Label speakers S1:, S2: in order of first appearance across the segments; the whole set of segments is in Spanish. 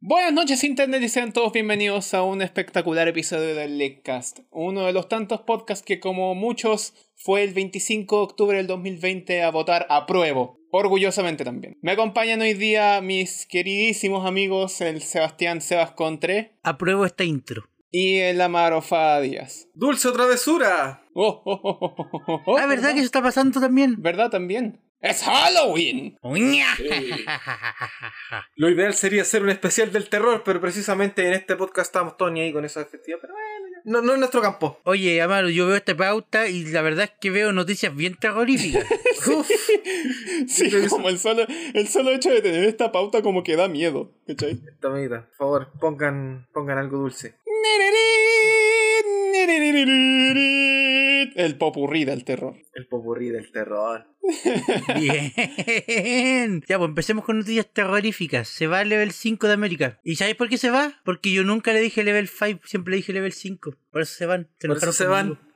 S1: Buenas noches Internet y sean todos bienvenidos a un espectacular episodio del Leakcast, uno de los tantos podcasts que como muchos fue el 25 de octubre del 2020 a votar a pruebo, orgullosamente también. Me acompañan hoy día mis queridísimos amigos el Sebastián Sebas Contre
S2: Apruebo esta intro.
S1: y el Amarofa Díaz.
S3: ¡Dulce o travesura!
S1: Oh, oh, oh, oh, oh, oh, oh,
S2: Ah, ¿verdad que eso está pasando también?
S1: ¿Verdad también? ¡Es Halloween!
S2: Uña.
S3: Lo ideal sería hacer un especial del terror, pero precisamente en este podcast estamos Tony ahí con esa efectiva, pero bueno, ya. no, no es nuestro campo.
S2: Oye, Amaro, yo veo esta pauta y la verdad es que veo noticias bien terroríficas.
S3: Uf,
S1: Sí,
S3: creo que
S1: como el solo, el solo hecho de tener esta pauta como que da miedo, ¿cachai?
S3: esta amiguita, por favor, pongan, pongan algo dulce.
S1: El popurrí del terror.
S3: El popurrí del terror.
S2: bien. Ya, pues empecemos con noticias terroríficas. Se va al level 5 de América. ¿Y sabes por qué se va? Porque yo nunca le dije level 5, siempre le dije level 5. Por eso se van. Se
S3: Por eso
S2: enojaron
S3: se
S2: conmigo.
S3: van.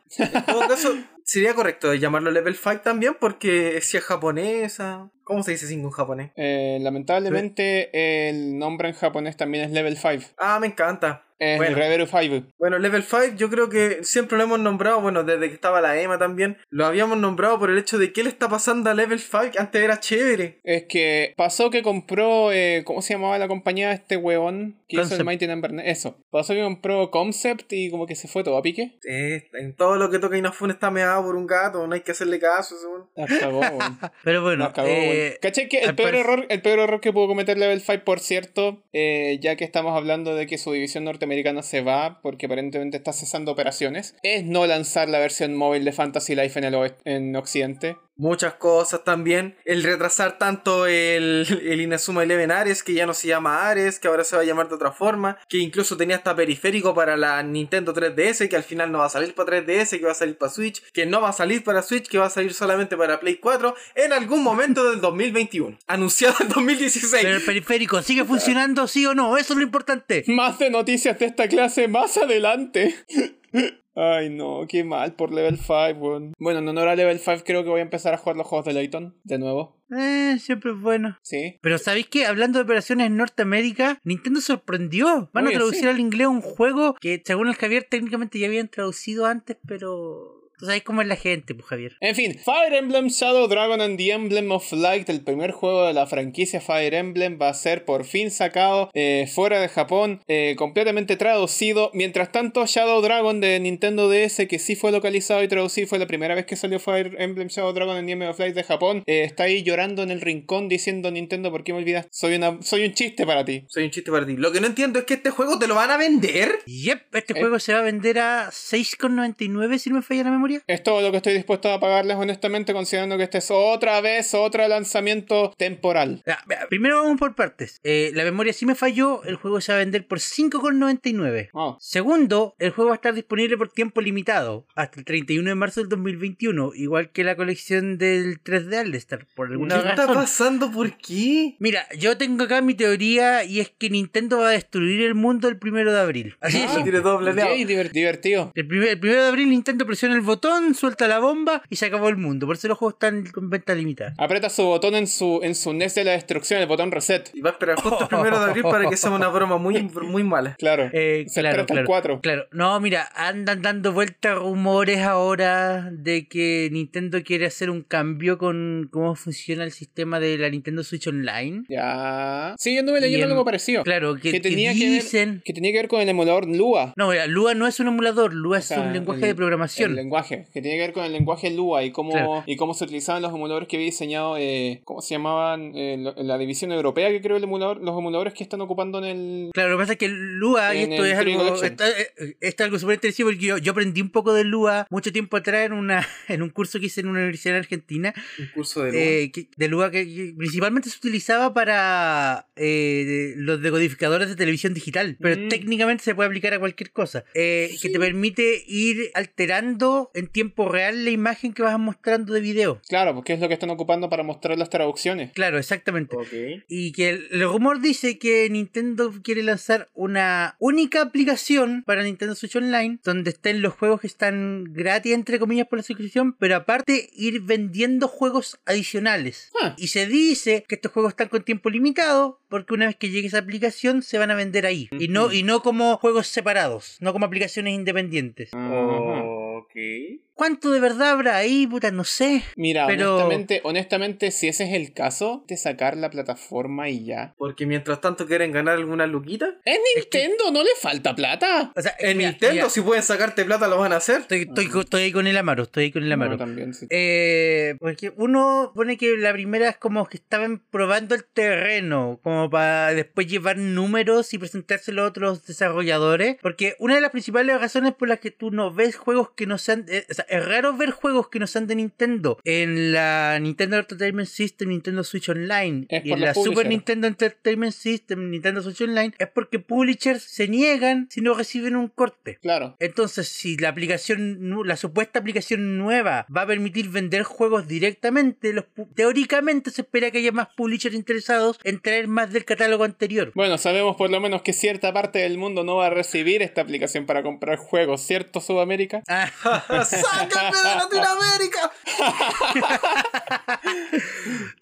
S3: En todo caso, sería correcto llamarlo level 5 también, porque si es japonesa. ¿Cómo se dice sin un japonés?
S1: Eh, lamentablemente, el nombre en japonés también es Level 5.
S3: Ah, me encanta.
S1: Es
S3: Bueno.
S1: Reveru 5.
S3: Bueno, Level 5 yo creo que siempre lo hemos nombrado, bueno, desde que estaba la EMA también, lo habíamos nombrado por el hecho de que le está pasando a Level 5, que antes era chévere.
S1: Es que pasó que compró. eh, ¿Cómo se llamaba la compañía de este weón? Que hizo el
S2: Concept.
S1: Mighty Number Nine? Eso. Pasó que compró Concept y como que se fue todo a pique.
S3: Eh, en todo lo que toca Inafune está meado por un gato, no hay que hacerle caso, según.
S1: La cagó, weón.
S2: Pero bueno,
S1: Nos cagó,
S2: eh,
S1: weón. ¿Cachai que el
S2: al
S1: peor,
S2: parec-
S1: error, el peor error que pudo cometer Level 5, por cierto, eh, ya que estamos hablando de que su división norteamericana se va, porque aparentemente está cesando operaciones, es no lanzar la versión móvil de Fantasy Life en, el oe- en Occidente.
S3: Muchas cosas también. El retrasar tanto el, el Inazuma Eleven Ares, que ya no se llama Ares, que ahora se va a llamar de otra forma. Que incluso tenía hasta periférico para la Nintendo 3DS, que al final no va a salir para 3DS, que va a salir para Switch, que no va a salir para Switch, que va a salir solamente para Play 4 en algún momento del 2021. Anunciado en 2016.
S2: pero el periférico sigue funcionando, sí o no. Eso es lo importante.
S1: Más de noticias de esta clase más adelante. Ay, no, qué mal por Level 5, weón. Bueno, en honor a Level 5 creo que voy a empezar a jugar los juegos de Layton, de nuevo.
S2: Eh, siempre es bueno.
S1: Sí.
S2: Pero ¿sabéis qué? Hablando de operaciones en Norteamérica, Nintendo sorprendió. Van
S1: Oye,
S2: a traducir
S1: sí.
S2: al inglés un juego que, según el Javier, técnicamente ya habían traducido antes, pero... Tú sabes cómo es la gente, pues, Javier.
S1: En fin, Fire Emblem Shadow Dragon and the Emblem of Light, el primer juego de la franquicia Fire Emblem, va a ser por fin sacado eh, fuera de Japón, eh, completamente traducido. Mientras tanto, Shadow Dragon de Nintendo DS, que sí fue localizado y traducido, fue la primera vez que salió Fire Emblem Shadow Dragon and the Emblem of Light de Japón, eh, está ahí llorando en el rincón diciendo Nintendo, ¿por qué me olvidas? Soy, una, soy un chiste para ti.
S3: Soy un chiste para ti. Lo que no entiendo es que este juego te lo van a vender.
S2: Yep, este
S1: Eh.
S2: juego se va a vender a 6,99 si no me falla la memoria.
S1: Es todo lo que estoy dispuesto a pagarles honestamente, considerando que este es otra vez otro lanzamiento temporal.
S2: Ah, ah, Primero vamos por partes. Eh, la memoria sí me falló, el juego se va a vender por 5,99.
S1: Oh.
S2: Segundo, el juego va a estar disponible por tiempo limitado, hasta el 31 de marzo del 2021, igual que la colección del 3D All-Star, por alguna
S3: ¿Qué está
S2: razón.
S3: pasando? ¿Por qué?
S2: Mira, yo tengo acá mi teoría y es que Nintendo va a destruir el mundo el primero de abril. Así de
S1: Ah,
S2: simple.
S3: Tiene todo planeado.
S1: Yay, diver- divertido.
S2: El, primer- el primero de abril Nintendo presiona el botón, suelta la bomba y se acabó el mundo. Por eso los juegos están con venta limitada.
S1: Aprieta su botón en su, en su NES de la destrucción, el botón reset.
S3: Y va a esperar justo el primero de abril para que sea una broma muy, muy mala.
S1: Claro.
S2: Eh,
S1: Se espera
S2: claro,
S1: hasta el
S2: claro,
S1: 4.
S2: claro. No, mira, andan dando vueltas rumores ahora de que Nintendo quiere hacer un cambio con cómo funciona el sistema de la Nintendo Switch Online.
S1: Ya. Sí, yo anduve
S2: Y
S1: leyendo
S2: en-
S1: algo parecido.
S2: Claro,
S1: que
S2: que, que
S1: tenía que,
S2: dicen...
S1: ver, que tenía que ver con el emulador Lua.
S2: No, mira, Lua no es un emulador, Lua
S1: O sea,
S2: es un lenguaje
S1: el-
S2: de programación.
S1: El lenguaje, que tiene que ver con el lenguaje Lua y cómo,
S2: Claro.
S1: y cómo se utilizaban los emuladores que había diseñado, eh, ¿cómo se llamaban? Eh, lo- la división europea que creo el emulador, los emuladores que están ocupando en el...
S2: Claro, lo que pasa es que Lua, y
S1: En
S2: esto
S1: el
S2: es
S1: Free
S2: algo,
S1: Collection.
S2: está- eh, esto es algo súper interesante porque yo, yo aprendí un poco de Lua mucho tiempo atrás en, una, en un curso que hice en una universidad en Argentina,
S3: Un curso de
S2: eh, que- de Lua que, que principalmente se utilizaba para eh, de- los decodificadores de televisión digital, pero
S1: Mm.
S2: técnicamente se puede aplicar a cualquier cosa, eh, que te permite ir alterando en tiempo real la imagen que vas mostrando de video.
S1: Claro, porque es lo que están ocupando para mostrar las traducciones.
S2: Claro, exactamente.
S3: Ok.
S2: Y que el, el rumor dice que Nintendo quiere lanzar una única aplicación para Nintendo Switch Online donde estén los juegos que están gratis, entre comillas, por la suscripción, pero aparte ir vendiendo juegos adicionales.
S1: Ah.
S2: Y se dice que estos juegos están con tiempo limitado porque una vez que llegue esa aplicación se van a vender ahí. Y no, y no como juegos separados, no como aplicaciones independientes.
S1: Ajá.
S3: Ok.
S2: ¿Cuánto de verdad habrá ahí? Puta, no sé.
S1: Mira,
S2: Pero-
S1: honestamente, honestamente, si ese es el caso, de sacar la plataforma y ya.
S3: Porque mientras tanto quieren ganar alguna luquita.
S1: Es
S2: que-
S1: Nintendo, no le falta plata.
S2: O sea,
S3: En
S2: mira,
S3: Nintendo,
S2: mira,
S3: si pueden sacarte plata, lo van a hacer.
S2: Estoy, estoy, estoy ahí con el amaro, estoy ahí con el amaro.
S1: No, también, sí.
S2: Eh, porque uno pone que la primera es como que estaban probando el terreno, como para después llevar números y presentárselo a otros desarrolladores. Porque una de las principales razones por las que tú no ves juegos que no sean. eh, o sea, es raro ver juegos que no sean de Nintendo. En la Nintendo Entertainment System, Nintendo Switch Online,
S1: Es
S2: y
S1: por los
S2: en la Super
S1: publishers.
S2: Nintendo Entertainment System, Nintendo Switch Online, es porque publishers se niegan si no reciben un corte.
S1: Claro.
S2: Entonces, si la aplicación, nu- la supuesta aplicación nueva va a permitir vender juegos directamente, los pu- teóricamente se espera que haya más publishers interesados en traer más del catálogo anterior.
S1: Bueno, sabemos por lo menos que cierta parte del mundo no va a recibir esta aplicación para comprar juegos, ¿cierto, Sudamérica?
S2: Ah,
S3: Oh. ¡Sácame de Latinoamérica!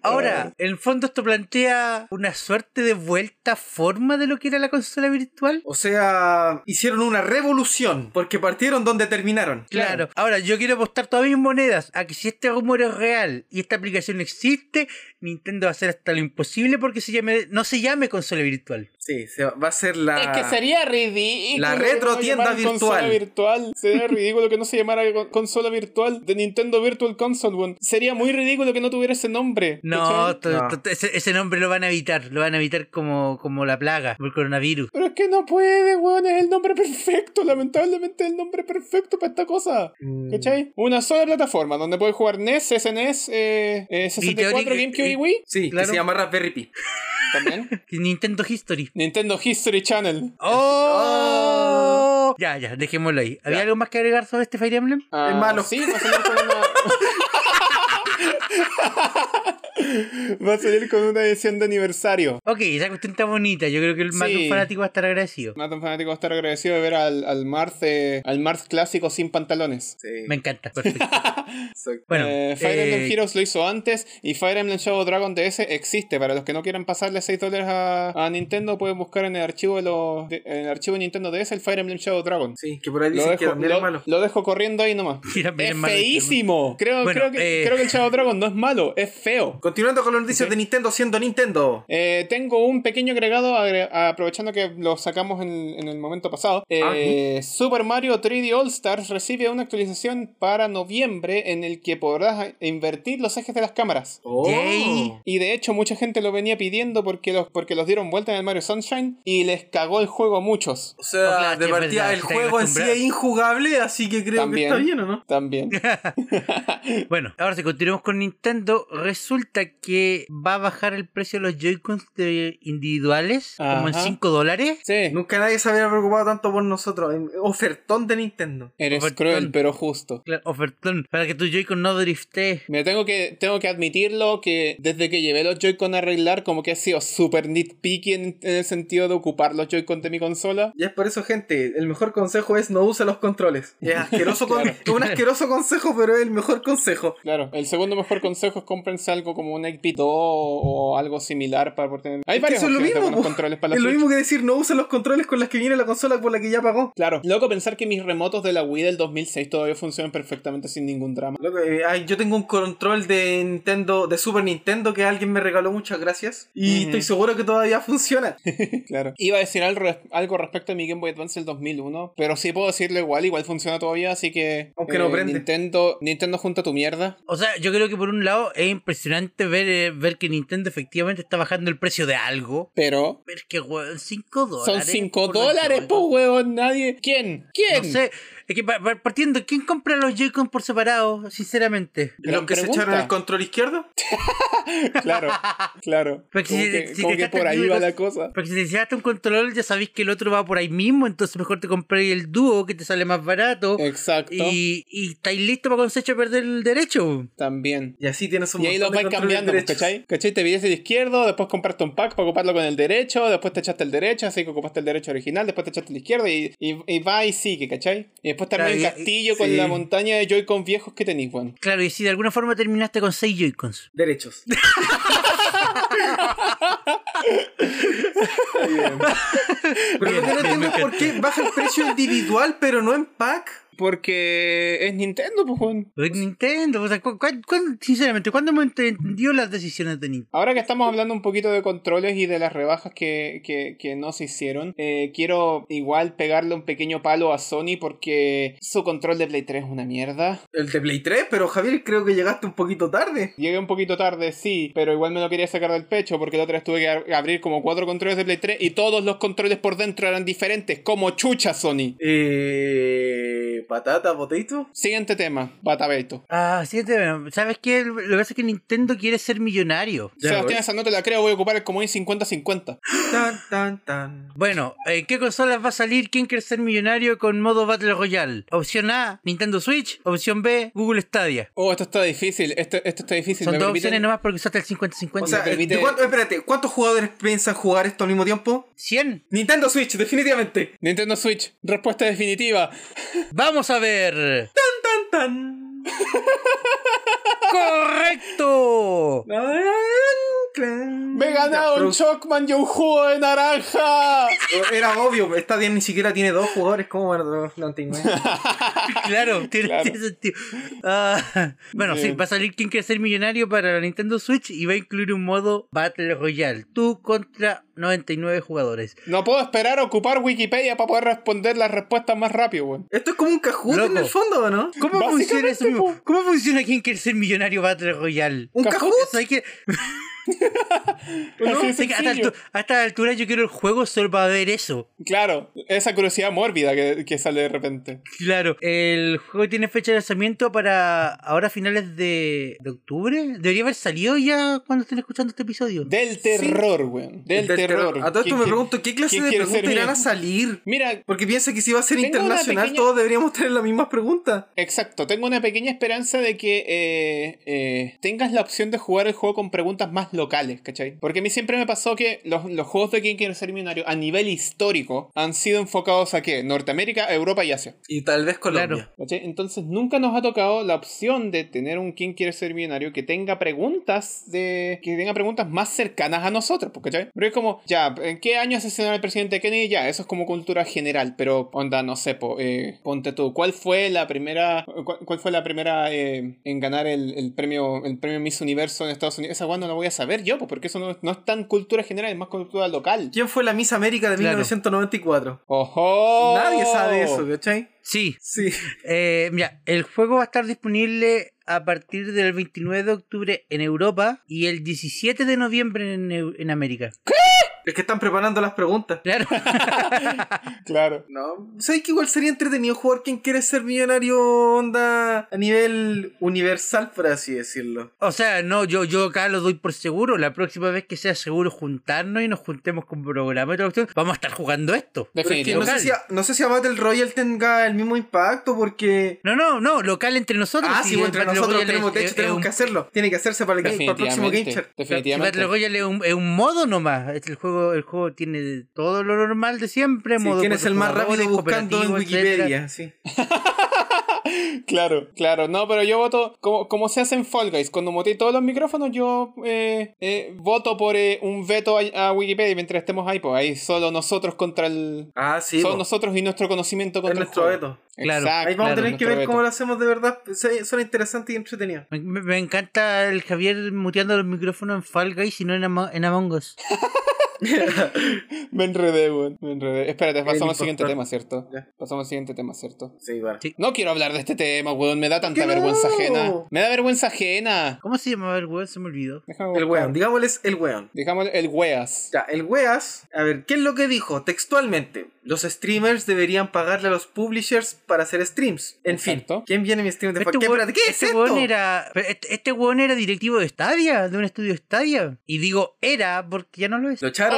S2: ahora, en el fondo esto plantea una suerte de vuelta a forma de lo que era la consola virtual.
S3: O sea, hicieron una revolución porque partieron donde terminaron.
S2: Claro. Ahora, yo quiero apostar todas mis monedas a que si este rumor es real y esta aplicación existe, Nintendo va a hacer hasta lo imposible porque se llame, no se llame consola virtual.
S3: Sí, se va va a ser la.
S1: Es que sería ridículo.
S3: Ah, La
S1: que
S3: retro
S1: no
S3: tienda
S1: llamaran consola
S3: virtual.
S1: virtual. Sería ridículo que no se llamara con- consola virtual de Nintendo Virtual Console. weón. Sería muy ridículo que no tuviera ese nombre.
S2: No,
S1: ¿cachai?
S2: to-
S3: No.
S2: to- ese, ese nombre lo van a evitar, lo van a evitar como, como la plaga, como el coronavirus.
S1: Pero es que no puede, weón. Es el nombre perfecto. Lamentablemente es el nombre perfecto para esta cosa.
S3: Mm.
S1: ¿Cachai? Una sola plataforma donde puedes jugar E NES, SNES, eh, eh, 64,
S2: teórica-
S1: GameCube y,
S2: y-
S1: Wii.
S3: Sí,
S2: Claro.
S3: que se llama Raspberry Pi.
S1: También.
S2: Y Nintendo History.
S1: Nintendo History Channel.
S2: ¡Oh! Ya, ya, dejémoslo ahí. ¿Había
S3: Ya.
S2: algo más que agregar sobre este Fire Emblem?
S1: Ah,
S3: Es malo.
S1: Sí, va a salir con una. va a salir con una edición de aniversario.
S2: Ok, esa cuestión está bonita. Yo creo que el más de un
S1: Sí.
S2: fanático va a estar agradecido.
S1: Nathan Fanático va a estar agradecido de ver al, al Marth eh, al Marth clásico sin pantalones.
S3: Sí,
S2: Me encanta, perfecto.
S3: exacto.
S2: Bueno,
S1: Eh, Fire Emblem
S2: eh,
S1: Heroes lo hizo antes y Fire Emblem Shadow Dragon DS existe. Para los que no quieran pasarle 6 dólares a, a Nintendo, pueden buscar en el archivo de los, de- en el archivo de Nintendo DS el Fire Emblem Shadow Dragon.
S3: Sí, que por ahí
S1: Lo
S3: dicen que
S1: dejo,
S3: también
S1: lo-
S3: es malo.
S1: lo dejo corriendo ahí nomás.
S2: mira, mira,
S1: es
S2: malo.
S1: feísimo. Creo,
S2: Bueno,
S1: creo, que,
S2: eh.
S1: creo que el Shadow Dragon no es malo, es feo.
S3: Continuando con las noticias
S1: Ok.
S3: de Nintendo siendo Nintendo.
S1: Eh, tengo un pequeño agregado, agre- aprovechando que lo sacamos en, en el momento
S3: Ah,
S1: pasado. Eh, Super Mario 3D All Stars recibe una actualización para noviembre en el que podrás invertir los ejes de las cámaras.
S3: Oh.
S2: Yay.
S1: Y de hecho mucha gente lo venía pidiendo porque los, porque los dieron vuelta en el Mario Sunshine y les cagó el juego a muchos.
S3: O sea,
S2: Oh, claro,
S3: de
S2: sí, es
S3: partida
S2: verdad,
S3: el
S2: sí, está
S3: juego en sí es
S2: acostumbrado.
S3: injugable, así que creo
S1: También.
S3: que está bien, ¿o no?
S1: También.
S2: Bueno, ahora si continuamos con Nintendo, resulta que va a bajar el precio de los Joy-Cons de- individuales, como en
S1: Ajá.
S2: 5 dólares.
S1: Sí.
S3: Nunca nadie se había preocupado tanto por nosotros. Em, Ofertón de Nintendo.
S1: Eres
S2: Ofertón.
S1: cruel pero justo.
S2: Claro, ofertón, para que tu Joy-Con no drifte.
S1: Me tengo que, tengo que admitirlo que desde que llevé los Joy-Con a arreglar, como que he sido súper nitpicky en, en el sentido de ocupar los Joy-Con de mi consola.
S3: Y es por eso, gente, el mejor consejo es no usa los controles. Es asqueroso con-
S1: Claro.
S3: es un asqueroso consejo, pero es el mejor consejo.
S1: Claro, el segundo mejor consejo es cómprense algo como un Xbox 2 o algo similar para poder tener. Hay
S3: Es que
S1: varios
S3: eso es lo mismo, po.
S1: controles para la
S3: Es lo
S1: Switch.
S3: mismo que decir no usa los controles con las que viene la consola por la que ya pagó.
S1: Claro, loco pensar que mis remotos de la Wii del 2006 todavía funcionan perfectamente sin ningún drama.
S3: Loco, eh, ay, yo tengo un control de Nintendo, de Super Nintendo que alguien me regaló, muchas gracias. Y
S1: Ujú.
S3: estoy seguro que todavía funciona.
S1: Claro. Iba a decir al res- algo respecto a mi Game Boy Advance del 2001, pero sí puedo decirlo igual, igual funciona todavía, así que... eh,
S3: Aunque no prende.
S1: Nintendo, Nintendo junta tu mierda.
S2: O sea, yo creo que por un lado es impresionante ver, eh, ver que Nintendo efectivamente está bajando el precio de algo.
S1: Pero
S2: Pero es que, weón, 5
S1: Son
S2: dólares.
S1: 5
S2: por los
S1: dólares, pues,
S2: Joy-Con.
S1: po, huevón, nadie. ¿Quién? ¿Quién?
S2: No sé, Es que pa- pa- partiendo, ¿quién compra los Joy-Con por separado, sinceramente?
S1: Gran
S3: ¿Los que
S1: pregunta.
S3: se echaron el control izquierdo?
S1: Claro, claro.
S2: Pero que
S1: como
S2: si-
S1: que,
S2: si
S1: como
S2: te
S1: que
S2: gastas
S1: por ahí
S2: mil
S1: va
S2: cos-
S1: la cosa.
S2: Porque si te llevaste un control, ya sabéis que el otro va por ahí mismo, entonces mejor te compré el dúo que te sale más barato.
S1: Exacto.
S2: Y, y estáis listos para cuando se eche a perder el derecho.
S1: También.
S3: Y así tienes un
S1: Y ahí los
S3: montón de
S1: vais
S3: controles
S1: cambiando, pues,
S3: derechos.
S1: ¿cachai? ¿Cachai? Te pides el izquierdo, después compraste un pack para ocuparlo con el derecho, después te echaste el derecho, así que ocupaste el derecho original, después te echaste el izquierdo y, y, y va y sigue, ¿cachai? Y después te armé un
S2: Claro, y-
S1: castillo con
S3: sí.
S1: la montaña de Joy-Con viejos que tenéis, weón.
S2: Claro, y si de alguna forma terminaste con seis Joy-Cons.
S3: Derechos. Pero lo que no entiendo es por qué baja el precio individual, pero no en pack.
S1: Porque es Nintendo, pues, weón.
S2: Oye, Nintendo, o sea, ¿cu- cu- cu- sinceramente, ¿cuándo hemos entendido las decisiones de Nintendo?
S1: Ahora que estamos hablando un poquito de controles y de las rebajas que, que- que no se hicieron, eh, quiero igual pegarle un pequeño palo a Sony porque su control de Play 3 es una mierda.
S3: El de Play 3, pero Javier, creo que llegaste un poquito tarde.
S1: Llegué un poquito tarde, sí, pero igual me lo quería sacar del pecho porque la otra vez tuve que ab- abrir como cuatro controles de Play 3 y todos los controles por dentro eran diferentes, como chucha Sony.
S3: Eh, patata, potato.
S1: Siguiente tema, Batabeto.
S2: Ah, sí, te- bueno, ¿sabes qué? Lo que pasa es que Nintendo quiere ser millonario.
S3: Ya,
S1: Sebastián,
S3: voy.
S1: esa no te la creo, voy a ocupar el comodín 50-50.
S3: Tan, tan, tan.
S2: Bueno, ¿en qué consolas va a salir quién quiere ser millonario con modo Battle Royale? Opción A, Nintendo Switch. Opción B, Google Stadia.
S1: Oh, esto está difícil, esto, esto está difícil.
S2: Son
S1: ¿Me
S2: dos
S1: permiten?
S2: opciones nomás porque usaste el 50-50.
S3: O sea,
S1: Me permite-
S3: ¿de cuánto- espérate, ¿cuántos jugadores piensan jugar esto al mismo tiempo?
S2: 100.
S3: Nintendo Switch, definitivamente.
S1: Nintendo Switch, respuesta definitiva.
S2: Vamos a ver.
S3: Tan, tan.
S2: ¡Correcto!
S1: Me he ganado
S3: Ya,
S1: un Shockman y un jugo de naranja.
S3: pero Era obvio, esta bien ni siquiera tiene dos jugadores. ¿Cómo van a tener no, tengo, eh.
S2: Claro, tiene,
S1: Claro.
S2: tiene sentido. Ah, bueno, sí,
S1: Bien.
S2: va a salir quien quiere ser millonario para la Nintendo Switch y va a incluir un modo Battle Royale. Tú contra 99 jugadores.
S1: No puedo esperar a ocupar Wikipedia para poder responder las respuestas más rápido, weón.
S3: Esto es como un cajut en
S2: Loco.
S3: el fondo, ¿o ¿no?
S2: ¿Cómo
S1: Básicamente,
S2: funciona eso mismo?
S1: po.
S2: ¿Cómo funciona quien quiere ser millonario Battle Royale?
S3: Un
S1: Cajut.
S3: cajut.
S2: ¿Sabes qué?
S1: Así de
S2: Sé que hasta,
S1: sencillo.
S2: altu- a esta altura yo quiero el juego solo para ver eso.
S1: Claro, esa curiosidad mórbida que, que sale de repente.
S2: Claro, el juego tiene fecha de lanzamiento para ahora finales de, de octubre. Debería haber salido ya cuando estén escuchando este episodio.
S1: Del terror, weón. Del, terror.
S3: A todo esto
S1: ¿Quién
S3: me
S1: quiere-
S3: pregunto, ¿qué clase
S1: quién
S3: de
S1: quiere ser
S3: preguntas irán
S1: millonario?
S3: a salir?
S1: Mira,
S3: Porque piensa que si va a ser
S1: Tengo una
S3: internacional,
S1: pequeña-
S3: todos deberíamos tener las mismas preguntas.
S1: exacto, tengo una pequeña esperanza de que eh, eh, tengas la opción de jugar el juego con preguntas más locales, ¿cachai? Porque a mí siempre me pasó que los, los juegos de Quién quiere ser millonario a nivel histórico han sido enfocados a qué? Norteamérica, Europa y Asia.
S3: Y tal vez Colombia.
S2: Claro.
S1: ¿Cachai? Entonces nunca nos ha tocado la opción de tener un quién quiere ser millonario que tenga preguntas de que tenga preguntas más cercanas a nosotros, pues, ¿cachai? Pero es como, ya, ¿en qué año asesinaron al presidente Kennedy? Ya, eso es como cultura general, pero onda, no sé, po, eh, ponte tú, ¿cuál fue la primera cuál, cuál fue la primera eh, en ganar el, el premio el premio Miss Universo en Estados Unidos? Esa guay no la voy a saber yo, pues, porque eso no, no es tan cultura general, es más cultura local.
S3: ¿Quién fue la Miss América de
S2: Claro.
S3: 1994?
S1: ¡Ojo!
S3: Nadie sabe eso, ¿cachai?
S2: Sí,
S3: Sí.
S2: eh, mira, el juego va a estar disponible a partir del 29 de octubre en Europa y el 17 de noviembre en, Eu- en América.
S3: Es que están preparando las preguntas.
S2: Claro.
S1: Claro.
S3: No, ¿sabes que igual sería entretenido jugar quien quiere ser millonario onda a nivel universal, por así decirlo?
S2: O sea, no, yo, yo acá lo doy por seguro. La próxima vez que sea seguro juntarnos y nos juntemos con programa y otra cuestión, vamos a estar jugando esto.
S3: Pero es que no
S1: Definitivamente.
S3: sé, si a, no sé si a Battle Royale tenga el mismo impacto porque...
S2: No, no, no, local entre nosotros.
S3: Ah,
S2: si
S3: sí, bueno, entre
S2: Battle
S3: nosotros
S2: Royale
S3: tenemos,
S2: es-
S3: de hecho,
S2: es- es
S3: tenemos
S2: un-
S3: que hacerlo. Tiene que hacerse para el, game- para el próximo Game
S1: Definitivamente.
S3: Chat.
S2: si
S1: Definitivamente.
S2: Battle Royale es un, es un modo nomás. Es El juego, el juego tiene todo lo normal de siempre.
S3: Sí,
S2: Este modo
S3: ¿Quién es el más
S2: jugadores,
S3: rápido buscando en
S2: cooperativo, etcétera.
S3: Wikipedia? Sí.
S1: Claro, claro, no, pero yo voto, como, como se hace en Fall Guys, cuando muteé todos los micrófonos, yo eh, eh, voto por eh, un veto a, a Wikipedia mientras estemos ahí, pues ahí solo nosotros contra el...
S3: Ah, sí.
S1: solo
S3: po.
S1: nosotros y nuestro conocimiento
S3: Es
S1: contra el
S3: nuestro
S1: juego.
S3: veto.
S2: Claro,
S1: Exacto,
S3: Ahí vamos
S2: Ah, claro,
S3: a tener que
S1: nuestro
S3: ver
S1: veto.
S3: cómo lo hacemos de verdad. Se- Suena interesante y entretenido.
S2: Me, me- me encanta el Javier muteando los micrófonos en Fall Guys y no en, Amo- en Among Us.
S1: Me enredé, weón, me enredé. Espérate, pasamos al siguiente
S3: impostor.
S1: tema, ¿cierto?
S3: Ya.
S1: Pasamos al siguiente tema, ¿cierto?
S3: Sí, vale.
S2: Sí.
S1: No quiero hablar de este tema, weón, me da tanta
S3: qué no?
S1: vergüenza ajena. Me da vergüenza ajena.
S2: ¿Cómo se llamaba el weón? Se me olvidó.
S1: Déjame
S3: El
S1: buscar.
S3: weón, digámosles el weón.
S1: Digamos el weas.
S3: Ya, el weas, a ver, ¿qué es lo que dijo textualmente? Los streamers deberían pagarle a los publishers para hacer streams. En
S1: Exacto.
S3: fin, ¿quién viene a mi stream de Fortnite? ¿Qué,
S2: weón-
S3: espérate, ¿qué es
S2: este
S3: esto?
S2: weón era, pero este, este weón era directivo de Stadia, de un estudio Stadia. Y digo era porque ya no lo es.
S3: Lo echaron.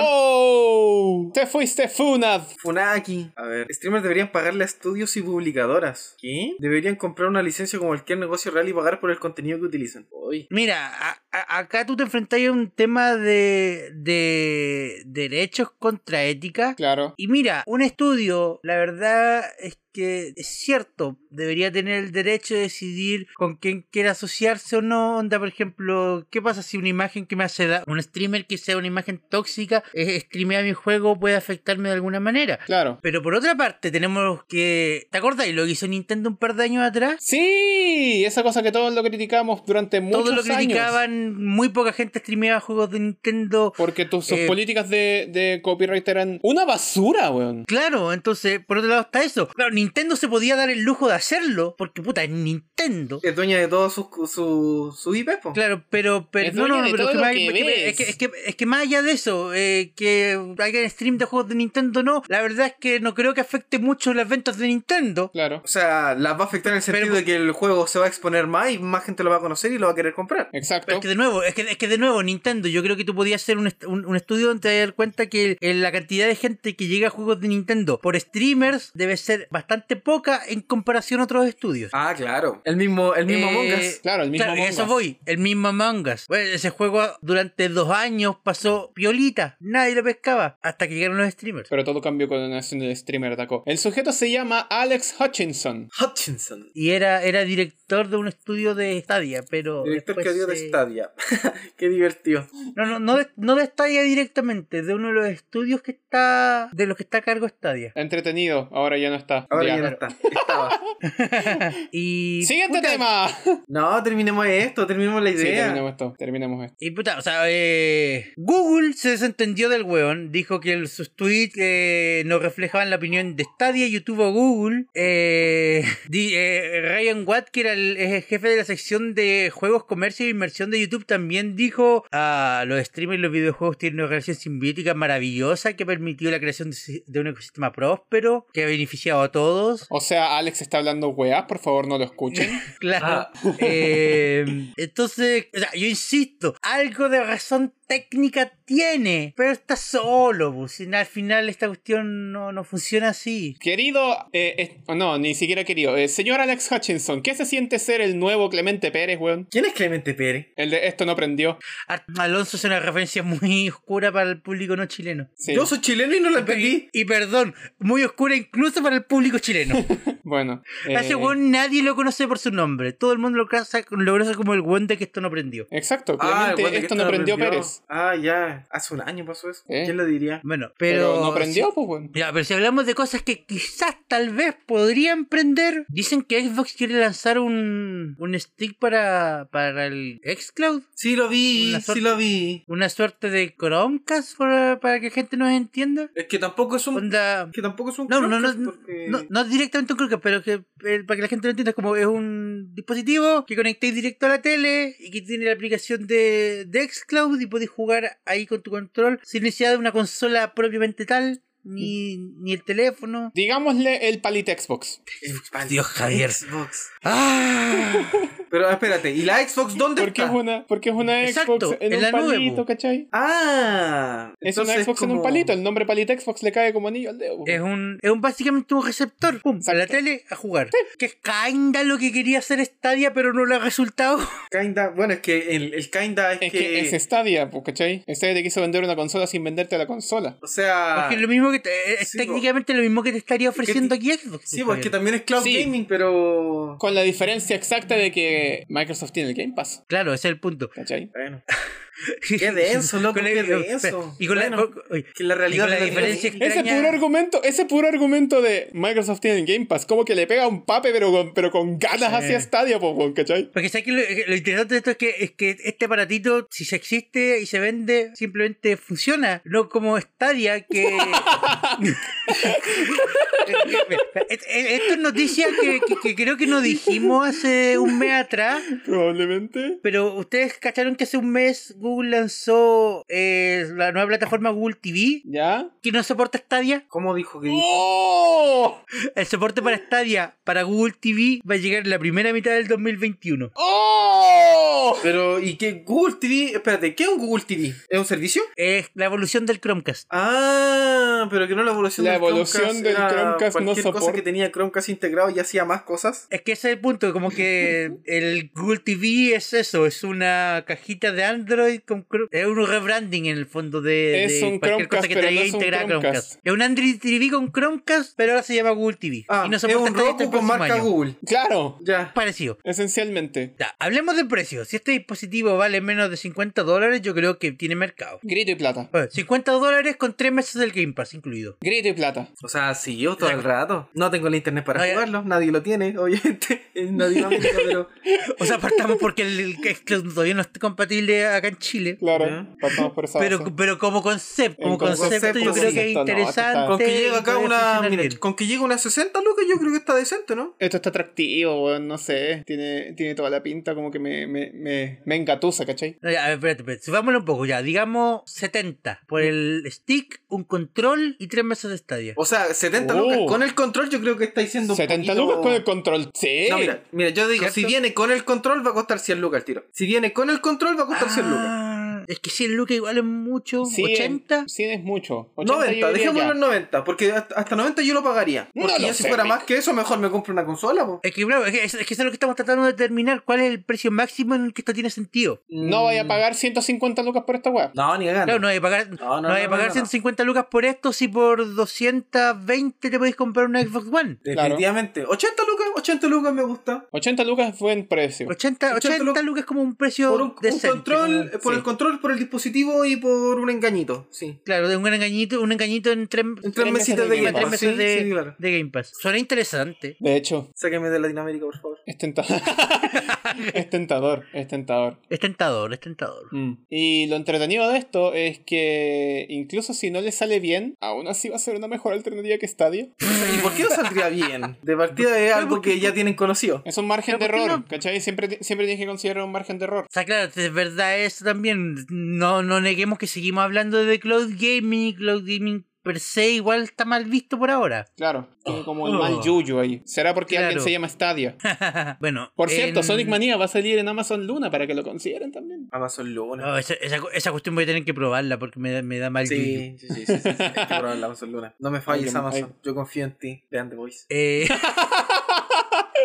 S1: ¡Oh! ¡Te fuiste, Funad!
S3: Funaki. A ver, streamers deberían pagarle a estudios y publicadoras. ¿Qué? Deberían comprar una licencia como cualquier negocio real y pagar por el contenido que utilizan. Uy.
S2: Mira, a- a- acá tú te enfrentas a un tema de, de derechos contra ética.
S1: Claro.
S2: Y mira, un estudio, la verdad es que es cierto, debería tener el derecho de decidir con quién quiera asociarse o no. Onda, por ejemplo, ¿qué pasa si una imagen que me hace da un streamer que sea una imagen tóxica, eh, streamea mi juego, puede afectarme de alguna manera?
S1: Claro.
S2: Pero por otra parte, tenemos que. ¿Te acordás lo que hizo Nintendo un par de años atrás?
S1: Sí, esa cosa que todos lo criticamos durante muchos
S2: Todo lo
S1: años.
S2: criticaban, muy poca gente streameaba juegos de Nintendo
S1: Porque tus, sus
S2: Eh,
S1: políticas de, de copyright eran una basura, weón.
S2: Claro, entonces, por otro lado está eso. Claro, Nintendo se podía dar el lujo de hacerlo, porque puta, es Nintendo.
S3: Es dueña de todos sus su, su IP, po.
S2: Claro, pero, pero
S1: Es
S2: no,
S1: dueño
S2: no,
S1: de
S2: pero
S1: todo
S2: es que
S1: lo
S2: más-
S1: que
S2: es que- es que-
S1: ves.
S2: es que- es que más allá de eso, eh, que hagan stream de juegos de Nintendo no, la verdad es que no creo que afecte mucho las ventas de Nintendo.
S1: Claro.
S3: O sea, las va a afectar en el sentido
S2: Pero-
S3: de que el juego se va a exponer más y más gente lo va a conocer y lo va a querer comprar.
S2: Pero
S1: Exacto.
S2: es que de nuevo, es que, es que de nuevo, Nintendo, yo creo que tú podías hacer un, est- un, un estudio donde te dar cuenta que eh, la cantidad de gente que llega a juegos de Nintendo por streamers debe ser bastante poca en comparación a otros estudios.
S3: Ah, claro. El mismo, el mismo
S2: Eh,
S3: Among Us.
S1: Claro, el mismo
S2: Claro,
S1: Among
S2: eso
S1: Us.
S2: voy, el mismo Among Us. Bueno, ese juego durante dos años pasó piolita, nadie lo pescaba, hasta que llegaron los streamers.
S1: Pero todo cambió con la nación del streamer atacó. El sujeto se llama Alex Hutchinson.
S3: Hutchinson.
S2: Y era, era director de un estudio de Stadia, pero.
S3: Director
S2: después,
S3: que dio de
S2: eh,
S3: Stadia. Qué divertido.
S2: No, no, no de, no de Stadia directamente, de uno de los estudios que está. de los que está a cargo Stadia.
S1: Entretenido, ahora ya no está.
S3: Ahora
S1: Ya.
S3: ya no está. Estaba.
S2: Y.
S1: Siguiente
S2: puta,
S1: tema.
S3: No, terminemos esto, terminemos la
S1: Sí,
S3: idea.
S1: terminemos esto. Terminemos esto.
S2: Y puta, o sea, eh, Google se desentendió del weón, dijo que el- sus tweets eh, no reflejaban la opinión de Stadia, YouTube o Google. Eh, di- eh, Ryan Watt, que era el, es el jefe de la sección de juegos, comercio e inversión de YouTube, también dijo, ah, los streamers y los videojuegos tienen una relación simbiótica maravillosa que permitió la creación de, si- de un ecosistema próspero, que ha beneficiado a todos.
S1: O sea, Alex está hablando weá, por favor no lo escuchen.
S2: Claro.
S3: Ah.
S2: Eh, entonces, o sea, yo insisto, algo de razón técnica tiene, pero está solo, pues, y al final esta cuestión no, no funciona así.
S1: Querido, eh, es- oh, no, ni siquiera querido. Eh, señor Alex Hutchinson, ¿qué se siente ser el nuevo Clemente Pérez, weón?
S3: ¿Quién es Clemente Pérez?
S1: El de esto no prendió.
S2: Ar- Alonso es una referencia muy oscura para el público no chileno.
S1: Sí.
S3: Yo soy chileno y no la
S2: Y,
S3: entendí.
S2: y perdón, muy oscura incluso para el público chileno.
S1: Bueno.
S2: A ese
S1: eh,
S2: weón nadie lo conoce por su nombre. Todo el mundo lo conoce, lo conoce como el weón de que esto no aprendió.
S1: Exacto,
S3: Ah,
S1: Clemente
S3: el weón de que
S1: esto no prendió Pérez.
S3: Ah, ya. Hace un año pasó eso.
S1: ¿Eh?
S3: ¿Quién lo diría?
S2: Bueno,
S1: Pero,
S2: pero.
S1: no prendió, pues weón.
S2: Ya, pero si hablamos de cosas que quizás, tal vez, podrían prender, dicen que Xbox quiere lanzar un, un stick para, para el Xcloud.
S3: Sí lo vi,
S2: Una
S3: sí
S2: suerte.
S3: lo vi.
S2: Una suerte de Chromecast para, para que gente nos entienda.
S3: Es que tampoco es un...
S2: Onda...
S3: Que tampoco es un...
S2: No, no, no,
S3: Chromecast,
S2: no,
S3: porque-
S2: no, no directamente un Chromecast, pero que, eh, para que la gente lo entienda, es como es un dispositivo que conectáis directo a la tele y que tiene la aplicación de, de Xcloud y podéis jugar ahí con tu control sin necesidad de una consola propiamente tal, ni, ni el teléfono.
S1: Digámosle el palito Xbox.
S3: Xbox,
S2: Dios, Javier.
S3: Xbox.
S2: ¡Ah!
S3: Pero espérate, ¿y la Xbox dónde
S1: Porque es
S3: está?
S1: una, porque es una
S2: Exacto,
S1: Xbox en,
S2: en
S1: un
S2: la nube,
S1: palito,
S2: po.
S1: ¿cachai?
S3: Ah.
S1: Es
S3: pues. entonces
S1: una Xbox en un
S3: como-
S1: palito, el nombre palito Xbox le cae como anillo al dedo. pues. po.
S2: Es un, es un básicamente un receptor, pum, a la
S1: Exacto.
S2: tele a jugar. Que es kinda lo que quería hacer Stadia, pero no le ha resultado.
S3: Kinda, bueno, es que el, el kinda es,
S1: Es
S3: que...
S1: que es Stadia, pues, ¿cachai? Stadia te quiso vender una consola sin venderte la consola.
S3: O sea...
S2: Porque es lo mismo que te- eh, es
S3: Ah. Sí, po.
S2: técnicamente lo mismo que te estaría
S3: que
S2: ofreciendo
S3: ti-
S2: aquí Xbox.
S3: Sí,
S2: pues,
S3: porque
S2: Javier.
S3: también es cloud
S1: Sí.
S3: gaming, pero...
S1: Con la diferencia exacta de que Microsoft tiene el Game Pass,
S2: Claro, ese es el punto.
S1: ¿cachai?
S3: Bueno, Qué denso, loco,
S2: Con
S3: qué denso.
S2: Y con
S3: Bueno,
S2: la, oye,
S3: que la realidad
S2: y con la
S3: de la
S2: diferencia
S3: vida-
S1: Ese
S2: extraña-
S1: puro argumento, ese puro argumento de Microsoft tiene el Game Pass, como que le pega un pape, pero con, pero con ganas
S2: Sí.
S1: hacia Stadia, po, weón, ¿cachai?
S2: Porque sabes que lo, eh, lo interesante de esto es que, es que este aparatito, si se existe y se vende, simplemente funciona. No como Stadia, que. Es- es- Esto es noticia que, que- que creo que nos dijimos hace un mes atrás.
S1: Probablemente.
S2: Pero ustedes cacharon que hace un mes Google Google lanzó eh, la nueva plataforma Google TV
S1: ¿Ya?
S2: que no soporta Stadia.
S3: ¿Cómo dijo que
S1: Uh,
S3: dijo?
S1: ¡Oh!
S2: El soporte para Stadia para Google TV va a llegar en la primera mitad del 2021.
S1: ¡Oh!
S3: Pero, ¿y qué? Google TV, espérate, ¿qué es un Google TV? ¿Es un servicio?
S2: Es la evolución del Chromecast.
S3: Ah, pero que no la evolución
S1: La
S3: del
S1: evolución
S3: Chromecast.
S1: del
S3: era
S1: Chromecast no
S3: cualquier cosa
S1: soporta.
S3: que tenía Chromecast integrado y hacía más cosas.
S2: Es que ese es el punto, como que el Google TV es eso, es una cajita de Android con Chrome- es un rebranding en el fondo de,
S1: Es
S2: de
S1: un
S2: cualquier
S1: Chromecast,
S2: cosa que
S1: pero
S2: traía
S1: no es un
S2: integrada
S1: Chromecast.
S2: Chromecast. Es un Android TV con Chromecast, pero ahora se llama Google TV.
S3: Ah,
S2: y no
S3: es
S2: soporta
S3: un
S2: hasta este
S3: Roku con
S2: próximo
S3: marca
S2: año.
S3: Google.
S1: Claro,
S3: Ya.
S2: Parecido.
S1: esencialmente.
S2: Ya, hablemos de precios. Si este dispositivo vale menos de 50 dólares, yo creo que tiene mercado.
S1: Grito y plata.
S2: Bueno, 50 dólares con 3 meses del Game Pass incluido.
S1: Grito y plata.
S3: O sea, sí, yo todo el rato. No tengo el internet para
S2: Oye.
S3: jugarlo, nadie lo tiene, obviamente, en Latinoamérica, pero...
S2: O sea, partamos porque el, el- el- todavía no está compatible acá en Chile.
S1: Claro,
S3: Ya.
S1: partamos por esa base.
S2: Pero, pero como concepto,
S1: En
S2: como
S1: como
S2: concepto, yo
S3: concepto,
S2: creo
S3: sí.
S2: que es
S1: Esto no, esto está-
S2: interesante.
S3: Con que
S2: y
S3: llegue acá
S2: puede
S3: una...
S2: funcionar
S3: mira,
S2: bien.
S3: con que llegue una 60, lucas, yo creo que está decente, ¿no?
S1: Esto está atractivo, weón, no sé. Tiene, tiene toda la pinta, como que me, me, me, me engatusa, ¿cachai?
S2: No, ya, a ver, espérate, espérate, subámoslo un poco ya. Digamos 70 por el stick, un control y tres meses de estadio.
S3: O sea, 70
S1: Oh.
S3: lucas con el control yo creo que está diciendo un
S1: 70
S3: poquito-
S1: lucas con el control. Sí.
S3: No, mira, mira, yo digo,
S2: ¿Cierto?
S3: si viene con el control va a costar 100 lucas el tiro. Si viene con el control va a costar 100 lucas.
S2: Ah, es que 100 lucas igual es mucho.
S1: Sí,
S2: 80.
S1: 100 es mucho. 80 yo
S3: 90,
S1: diría ya.
S3: dejémoslo en 90, porque hasta hasta 90 yo lo pagaría.
S1: No
S3: Porque
S1: lo
S3: yo si
S1: sé,
S3: fuera
S1: Mick.
S3: más que eso, mejor me compro una consola, po.
S2: Es que, claro, es que, es- es que eso es lo que estamos tratando de determinar. ¿Cuál es el precio máximo en el que esto tiene sentido?
S1: No vaya a pagar 150 lucas por esta weá.
S3: No, ni cagando.
S2: Claro, Mm. no hay que pagar,
S3: No, no,
S2: no hay que
S3: no,
S2: pagar
S3: no, no.
S2: 150 lucas por esto si por 220 te podéis comprar una Xbox One.
S3: Definitivamente. 80 lucas, 80 lucas me gusta.
S1: 80 lucas es buen precio.
S2: 80,
S3: 80
S2: 80
S3: lucas.
S2: lucas es como un precio
S3: Por un, un
S2: decente,
S3: control,
S2: como-
S3: por
S2: sí.
S3: el control, por el dispositivo y por un engañito, sí.
S2: Claro, de un engañito, un engañito en tres,
S3: En
S1: Tres
S3: tres
S1: meses
S3: mesitas
S1: de
S3: de
S1: Game
S3: Game
S2: en tres
S1: Pass,
S3: Pass,
S2: meses
S3: sí,
S2: de,
S3: sí, claro.
S2: de Game Pass. Suena interesante.
S1: De hecho,
S3: Sáqueme de Latinoamérica, por favor.
S1: es tentador. es tentador, es tentador.
S2: Es tentador, es tentador.
S1: Mm. Y lo entretenido de esto es que incluso si no le sale bien, aún así va a ser una mejor alternativa que Stadia.
S3: ¿Y por qué no saldría bien? De partida es algo que ya tienen conocido.
S1: Es un margen de
S2: Pero, ¿por qué
S1: error,
S2: no?
S1: ¿cachai? Siempre, ti- siempre tienes que considerar un margen de error.
S2: O sea, claro, es verdad eso también. No, no neguemos que seguimos hablando de cloud gaming. y Cloud gaming per se igual está mal visto por ahora.
S1: Claro, tiene como el
S2: Oh.
S1: mal yuyo ahí. ¿Será porque
S2: Claro.
S1: alguien se llama Stadia?
S2: bueno.
S1: Por cierto,
S2: en-
S1: Sonic Mania va a salir en Amazon Luna para que lo consideren también.
S3: Amazon Luna.
S2: No, esa, esa, esa cuestión voy a tener que probarla porque me, da- me da mal yuyu.
S3: Sí, sí, sí, sí, sí, sí. Hay que probar la Amazon Luna. No me falles,
S1: Hay que-
S3: Amazon. Yo confío en ti, de The Voice.
S2: Eh,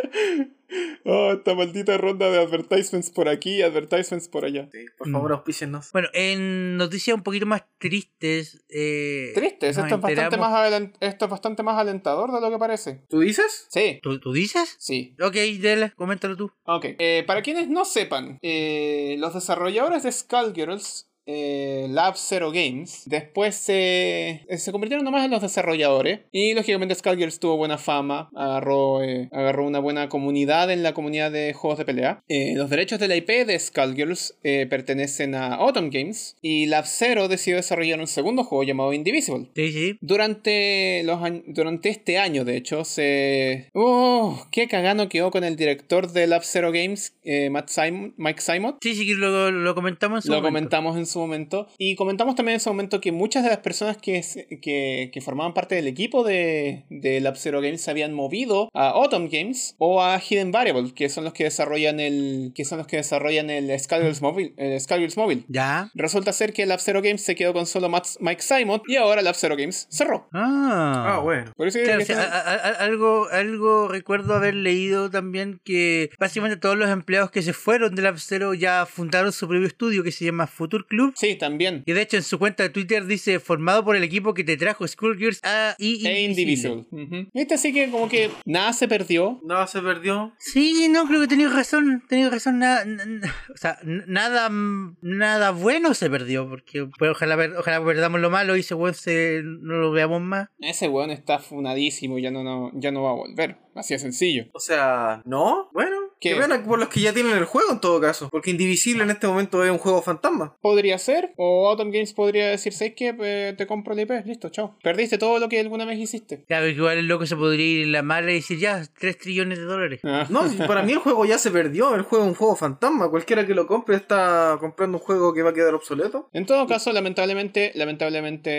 S1: Oh, esta maldita ronda de advertisements por aquí y advertisements por allá.
S3: Sí, por favor, auspícennos.
S2: bueno, en noticias un poquito más tristes. Eh,
S1: Tristes,
S2: nos
S1: esto es, bastante
S2: enteramos-
S1: más alen- esto es bastante más alentador de lo que parece.
S3: ¿Tú dices?
S1: Sí,
S2: ¿Tú, tú dices?
S1: sí.
S2: Ok, Dela, coméntalo tú.
S1: Ok. Eh, para quienes no sepan, eh, los desarrolladores de Skullgirls. eh, Lab Zero Games después se, eh, se convirtieron nomás en los desarrolladores y lógicamente Skullgirls tuvo buena fama agarró, eh, agarró una buena comunidad en la comunidad de juegos de pelea Eh, los derechos de la IP de Skullgirls eh, pertenecen a Autumn Games y Lab Zero decidió desarrollar un segundo juego llamado Indivisible
S2: Sí, sí.
S1: durante, los añ- durante este año, de hecho, se. ¡Oh! ¡Qué cagano quedó con el director de Lab Zero Games, eh, Matt Simon, Mike Simon!
S2: Sí, sí, que lo, lo comentamos en su
S1: Lo
S2: momento.
S1: comentamos en su momento. Y comentamos también en su momento que muchas de las personas que, se- que, que formaban parte del equipo de, de Lab Zero Games se habían movido a Autumn Games o a Hidden Variable, que son los que desarrollan el. que son los que desarrollan el Skullgirls Mobile. El Skullgirls Mobile.
S2: Ya.
S1: Resulta ser que Lab Zero Games se quedó con solo Matt- Mike Simon y ahora Lab Zero Games cerró.
S2: Ah.
S3: Ah, bueno.
S1: Por eso yo
S2: Claro,
S1: creo
S2: o sea,
S1: que
S2: a- a- a- algo, algo recuerdo haber leído también que básicamente todos los empleados que se fueron del App Zero ya fundaron su propio estudio que se llama Future Club.
S1: Sí, también.
S2: Y de hecho en su cuenta de Twitter dice formado por el equipo que te trajo Skullgirls a y
S1: E Indivisible. Ujú. Viste, así que como que nada se perdió.
S3: No, se perdió.
S2: Sí, no, creo que tenéis razón, tenéis razón, nada, n- n- o sea, n- nada, mm, nada bueno se perdió, porque pues, ojalá, ver- ojalá perdamos lo malo y ese weón se, no lo veamos más.
S1: Ese weón está funadísimo, ya no, no- ya no va a volver. Así de sencillo.
S3: O sea, ¿no? Bueno,
S1: ¿Qué?
S4: Qué pena por los que ya tienen el juego en todo caso. Porque Indivisible en este momento es un juego fantasma.
S1: Podría ser, o Autumn Games podría decir, ¿sabes qué? Eh, te compro el IP, listo, chao. Perdiste todo lo que alguna vez hiciste.
S2: Claro, igual el loco se podría ir en la mala y decir, ya, 3 trillones de dólares.
S1: Ah.
S4: No, si para mí el juego ya se perdió. El juego es un juego fantasma. Cualquiera que lo compre está comprando un juego que va a quedar obsoleto.
S1: En todo caso, lamentablemente, lamentablemente,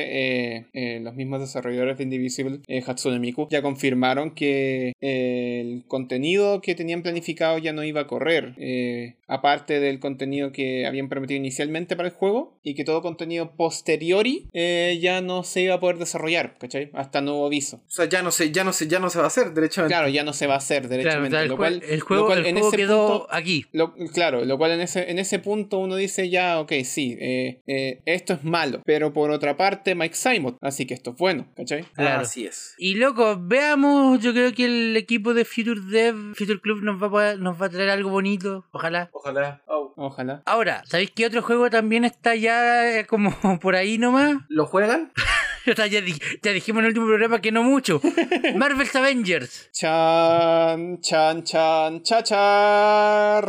S1: eh, eh, los mismos desarrolladores de Indivisible, eh, Hatsune Miku, ya confirmaron que eh, el contenido que tenían planificado ya no iba a correr, eh, aparte del contenido que habían prometido inicialmente para el juego, y que todo contenido posteriori eh, ya no se iba a poder desarrollar, ¿cachai? Hasta nuevo aviso.
S4: O sea, ya no sé, ya no sé, ya no se va a hacer, derechamente.
S1: Claro, ya no se va a hacer,
S2: Claro,
S1: derechamente.
S2: o sea, el,
S1: lo
S2: jue-
S1: cual,
S2: el
S1: lo
S2: juego,
S1: cual
S2: el
S1: en
S2: juego
S1: ese
S2: quedó
S1: punto-
S2: aquí.
S1: lo- claro, lo cual en ese, en ese punto uno dice ya, ok, sí, eh, eh, esto es malo, pero por otra parte Mike Simon, así que esto es bueno, ¿cachai?
S2: Claro.
S4: Así es.
S2: Y loco, veamos, yo creo que el equipo de Future Dev, Future Club nos va a, poder- nos va a traer algo bonito, ojalá.
S4: Ojalá. Au.
S1: Ojalá.
S2: Ahora, ¿sabéis qué otro juego también está ya eh, como por ahí nomás?
S4: ¿Lo juegan?
S2: O sea, ya, dij- ya dijimos en el último programa que no mucho. Marvel's Avengers.
S1: Chan, chan, chan, cha, cha,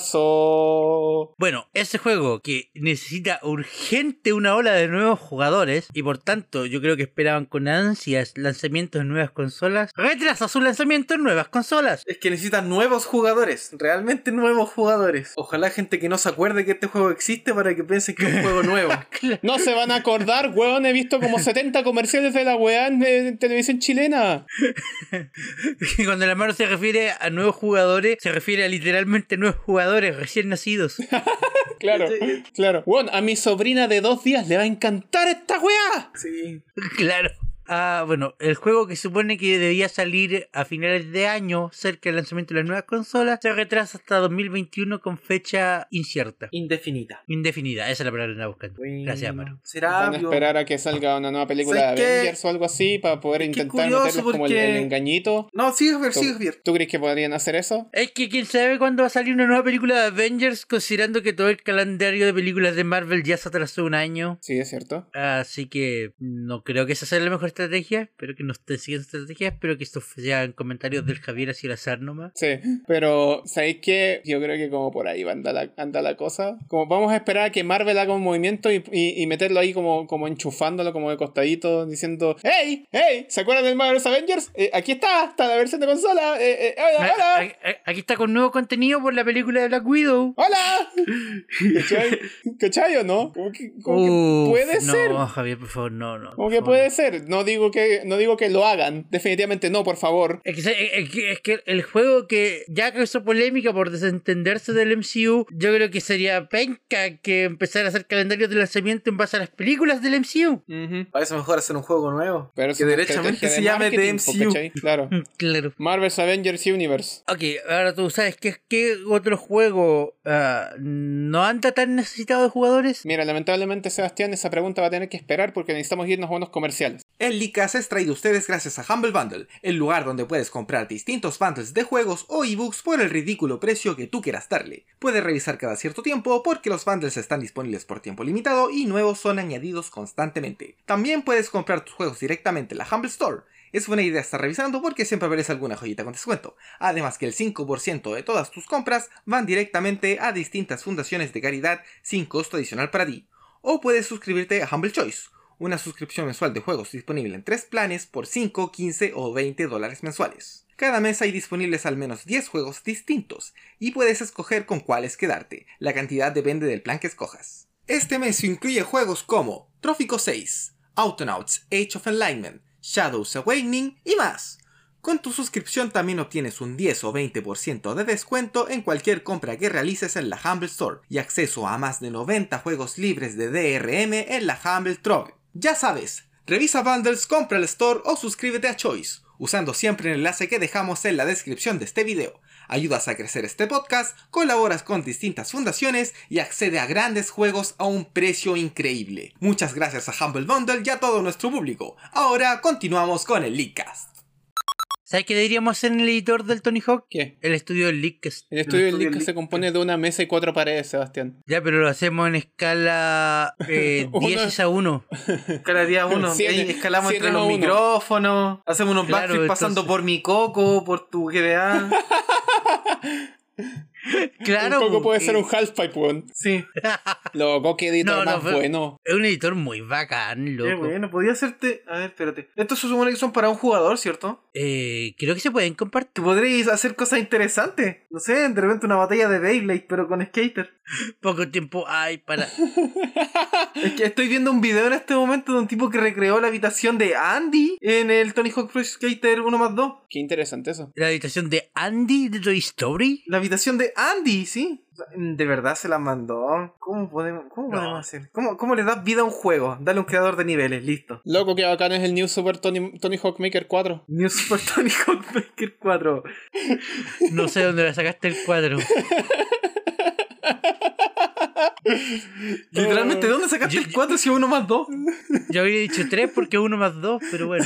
S1: retraso.
S2: Bueno, ese juego que necesita urgente una ola de nuevos jugadores y por tanto yo creo que esperaban con ansias lanzamientos de nuevas consolas, retrasa su lanzamiento en nuevas consolas.
S4: Es que necesitan nuevos jugadores, realmente nuevos jugadores. Ojalá gente que no se acuerde que este juego existe para que piensen que es un juego nuevo.
S1: No se van a acordar, weón, he visto como 70 comerciales de la weá en, en televisión chilena.
S2: Y Cuando la mano se refiere a nuevos jugadores, se refiere a literalmente nuevos jugadores recién nacidos.
S1: Claro,
S4: Sí.
S1: claro. Weón, a mi sobrina de dos días le va a encantar esta weá.
S4: Sí.
S2: claro. Ah, bueno, el juego que supone que debía salir a finales de año, cerca del lanzamiento de las nuevas consolas, se retrasa hasta 2021 con fecha incierta.
S4: Indefinita.
S2: Indefinida, esa es la palabra que andaba buscando.
S4: Bueno,
S2: Gracias, Amaro.
S4: Será
S1: Van a
S4: obvio.
S1: esperar a que salga una nueva película
S4: ¿Sabes
S1: de
S4: qué?
S1: Avengers o algo así para poder
S4: Es que es
S1: intentar
S4: curioso
S1: meterles como el,
S4: porque-
S1: el engañito.
S4: No, sigue Javier,
S1: ¿Tú,
S4: sigue Javier.
S1: tú crees que podrían hacer eso?
S2: Es que quién sabe cuándo va a salir una nueva película de Avengers, considerando que todo el calendario de películas de Marvel ya se atrasó un año.
S1: Sí, es cierto.
S2: Así que no creo que esa sea la mejor estrategia. Espero que nos estén siguiendo estrategias. Espero que esto sean comentarios del Javier así al azar nomás.
S1: Sí, pero ¿sabéis qué? Yo creo que como por ahí va anda la, anda la cosa. Como vamos a esperar a que Marvel haga un movimiento y, y- y meterlo ahí como, como enchufándolo como de costadito, diciendo ¡Hey! ¡Hey! ¿Se acuerdan del Marvel's Avengers? Eh, aquí está, está la versión de consola. Eh, eh,
S2: A-
S1: ¡Hola!
S2: a-
S1: ¡Hola!
S2: a- Ah, Aquí está con nuevo contenido por la película de Black Widow.
S1: ¡Hola! ¿Cachai? ¿Cachai o no? Como que, como que
S2: Uf,
S1: puede
S2: no,
S1: ser.
S2: Javier, por favor, no, no.
S1: Como
S2: por
S1: que
S2: favor,
S1: puede ser, no digo que, no digo que lo hagan, definitivamente no, por favor.
S2: Es que, se- es que- es que el juego que ya causó polémica por desentenderse del MCU, yo creo que sería penca que empezara a hacer calendarios de lanzamiento en base a las películas del MCU.
S4: Para eso mejor hacer un juego nuevo.
S1: Pero es
S4: que
S1: una
S4: derechamente
S1: estrategia de
S4: se llame
S1: marketing, po,
S4: DMCU.
S1: ¿cachai? Claro.
S2: Mm, Claro.
S1: Marvel's Avengers Universe.
S2: Ok, ahora tú sabes qué, qué otro juego ah, no anda tan necesitado de jugadores.
S1: Mira, lamentablemente, Sebastián, esa pregunta va a tener que esperar porque necesitamos irnos a unos comerciales.
S3: El Licas es traído a ustedes gracias a Humble Bundle, el lugar donde puedes comprar distintos bundles de juegos o ebooks por el ridículo precio que tú quieras darle. Puedes revisar cada cierto tiempo porque los bundles están disponibles por tiempo limitado y nuevos son añadidos constantemente. También puedes comprar tus juegos directamente en la Humble Store. Es buena idea estar revisando porque siempre aparece alguna joyita con descuento. Además que el 5% de todas tus compras van directamente a distintas fundaciones de caridad sin costo adicional para ti. O puedes suscribirte a Humble Choice, una suscripción mensual de juegos disponible en 3 planes por 5, 15 o 20 dólares mensuales. Cada mes hay disponibles al menos 10 juegos distintos y puedes escoger con cuáles quedarte. La cantidad depende del plan que escojas. Este mes incluye juegos como Trófico 6, Autonauts, Age of Enlightenment, Shadows Awakening y más. Con tu suscripción también obtienes un 10 o 20% de descuento en cualquier compra que realices en la Humble Store y acceso a más de 90 juegos libres de DRM en la Humble Trove. Ya sabes, revisa bundles, compra el store o suscríbete a Choice, usando siempre el enlace que dejamos en la descripción de este video. Ayudas a crecer este podcast, colaboras con distintas fundaciones y accede a grandes juegos a un precio increíble. Muchas gracias a Humble Bundle y a todo nuestro público. Ahora continuamos con el Leadcast.
S2: ¿Sabes qué deberíamos hacer en el editor del Tony Hawk?
S1: ¿Qué?
S2: El estudio del Leakcast.
S1: El
S4: estudio
S1: estudio del Link
S4: del
S1: se compone de una mesa y cuatro paredes, Sebastián.
S2: Ya, pero lo hacemos en escala eh,
S1: Uno.
S2: 10 a 1.
S4: Cada día uno.
S1: Cien-
S4: ahí escalamos
S1: cien
S4: entre
S1: a
S4: los
S1: uno.
S4: micrófonos. Hacemos unos
S2: Claro,
S4: backflips pasando
S2: entonces-
S4: por mi coco, por tu GDA.
S2: Claro.
S1: un poco
S2: po,
S1: puede
S2: eh,
S1: ser un Half-Pipe, weón.
S3: Sí.
S1: Loco, qué editor
S2: No, no,
S1: más
S2: pero-
S1: bueno.
S2: Es un editor muy bacán,
S3: Qué
S2: loco.
S3: bueno, podía hacerte. A ver, espérate. Estos se supone que son para un jugador, ¿cierto?
S2: Eh, creo que se pueden compartir.
S3: Tú podrías hacer cosas interesantes. No sé, de repente una batalla de Beyblade, pero con skater.
S2: Poco tiempo hay para.
S3: Es que estoy viendo un video en este momento de un tipo que recreó la habitación de Andy en el Tony Hawk Pro Skater 1 más 2.
S1: Qué interesante eso.
S2: La habitación de Andy de Toy Story.
S3: La habitación de Andy, sí. O sea, De verdad se la mandó. ¿Cómo podemos, cómo
S2: No.
S3: podemos hacer? ¿Cómo, ¿Cómo le das vida a un juego? Dale un creador de niveles, listo.
S1: Loco, qué bacán es el New Super Tony, Tony Hawk Maker 4.
S3: New Super Tony Hawk Maker 4.
S2: No sé dónde la sacaste el cuadro.
S3: Literalmente,
S1: Eh,
S3: ¿de dónde sacaste el 4 si es 1 más 2?
S2: Yo había dicho tres porque uno más dos, pero bueno.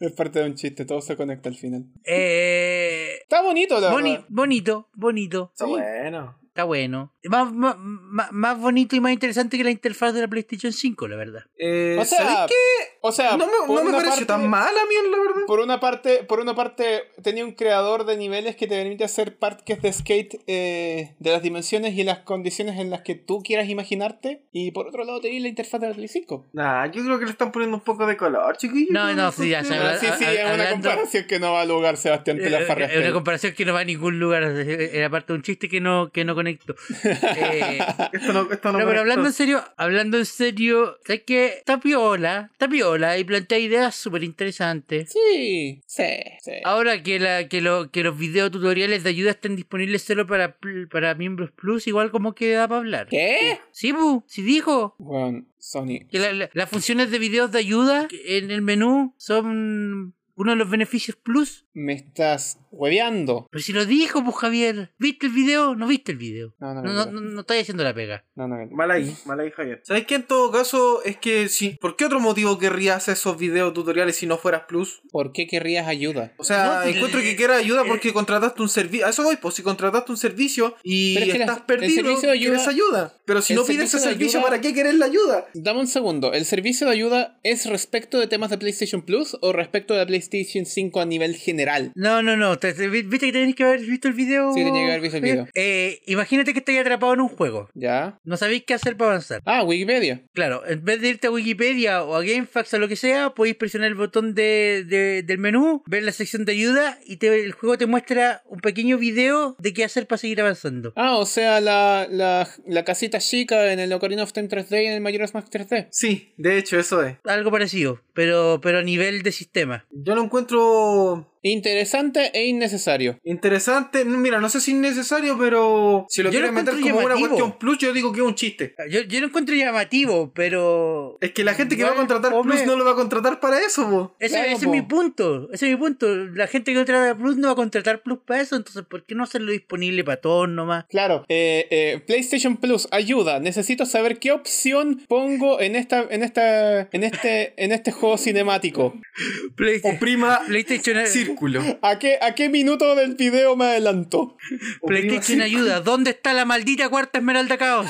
S1: Es parte de un chiste, todo se conecta al final.
S2: Eh,
S1: Está bonito, la
S2: boni-
S1: verdad.
S2: bonito, bonito.
S3: Está bueno.
S2: Está bueno. Más, más, más- más bonito y más interesante que la interfaz de la PlayStation 5, la verdad.
S3: Eh,
S1: O sea,
S3: ¿sabéis qué?
S1: O sea,
S3: No me,
S1: por
S3: no me
S1: una
S3: pareció
S1: parte-
S3: tan mal a mí, la verdad.
S1: Por una parte, por una parte tenía un creador de niveles que te permite hacer parques de skate eh, de las dimensiones y las condiciones en las que tú quieras imaginarte. Y por otro lado tenías la interfaz de la Play 5.
S3: Nah, yo creo que le están poniendo un poco de color, chiquillos.
S2: No, no, sí, ya
S1: Pero
S2: sabemos. Habla-
S1: sí, sí,
S2: ha-
S1: es una
S2: hablando-
S1: comparación que no va a lugar, Sebastián, te la
S2: Eh,
S1: farreaste
S2: Es una
S1: ahí.
S2: comparación que no va a ningún lugar. Era parte de un chiste que no, que no conecto. Eh,
S3: Esto no, esto no
S2: no, pero
S3: conectó.
S2: hablando en serio, hablando en serio, sé que está piola, está piola y plantea ideas súper interesantes.
S1: Sí, sí, sí.
S2: Ahora que, la, que, lo, que los videotutoriales de ayuda estén disponibles solo para, pl- para miembros plus, igual como que da para hablar.
S1: ¿Qué?
S2: Sí, bu, sí dijo.
S1: Bueno, Sony.
S2: Que la- la- las funciones de videos de ayuda en el menú son uno de los beneficios plus.
S1: Me estás hueveando.
S2: Pero si lo dijo, pues Javier. ¿Viste el video? ¿No viste el video?
S1: No, no,
S2: No,
S1: me
S2: no,
S1: acuerdo.
S2: no, no estáis haciendo la pega.
S1: No, no, no.
S3: Mal ahí, mal ahí, Javier. ¿Sabes qué? En todo caso, es que si. ¿Por qué otro motivo querrías esos videos tutoriales si no fueras Plus?
S1: ¿Por qué querrías ayuda?
S3: O sea,
S2: No,
S1: pues,
S2: si-
S3: encuentro
S1: eh,
S3: que quiera ayuda porque contrataste un servicio. A eso voy, pues si contrataste un servicio y
S1: Pero es que la-
S3: estás
S1: el
S3: perdido,
S1: servicio de ayuda-
S3: quieres ayuda. Pero si
S1: el
S3: no pides
S1: servicio
S3: ese
S1: de
S3: servicio,
S1: ayuda-
S3: ¿para qué querés la ayuda?
S1: Dame un segundo. ¿El servicio de ayuda es respecto de temas de PlayStation Plus o respecto de la PlayStation 5 a nivel general?
S2: No, no, no. te- te- ¿Viste que tenías que haber visto el video?
S1: Sí, tenía que haber visto el video.
S2: Eh, imagínate que estáis atrapado en un juego.
S1: ¿Ya?
S2: No sabéis qué hacer para avanzar.
S1: Ah, Wikipedia.
S2: Claro, en vez de irte a Wikipedia o a GameFAQs o lo que sea, podéis presionar el botón de, de- del menú, ver la sección de ayuda y te- el juego te muestra un pequeño video de qué hacer para seguir avanzando.
S1: Ah, o sea, la, la, la casita chica en el Ocarina of Time 3D y en el Majora's Mask 3D.
S3: Sí, de hecho, eso es.
S2: Algo parecido, pero, pero a nivel de sistema.
S3: Yo lo encuentro
S1: Interesante e innecesario.
S3: interesante. Mira, no sé si es necesario, pero si lo
S2: Yo lo
S3: quieres meter
S2: encuentro
S3: como una
S2: llamativo.
S3: cuestión Plus, yo digo que es un chiste.
S2: Yo, yo lo encuentro llamativo, pero...
S3: Es que la gente que va a
S2: Igual,
S3: contratar
S2: fome.
S3: Plus no lo va a contratar para eso, po.
S2: Ese,
S1: Claro,
S2: ese
S1: po.
S2: es mi punto, ese es mi punto. La gente que contrata Plus no va a contratar Plus para eso, entonces ¿por qué no hacerlo disponible para todos nomás?
S1: Claro, eh, eh, PlayStation Plus, ayuda. Necesito saber qué opción pongo en esta, en esta, en este, en este juego cinemático.
S3: Oprima
S2: PlayStation,
S3: círculo.
S1: ¿A qué, a qué minuto del video me adelanto?
S2: PlayStation ayuda. ¿Dónde está la maldita cuarta esmeralda caos?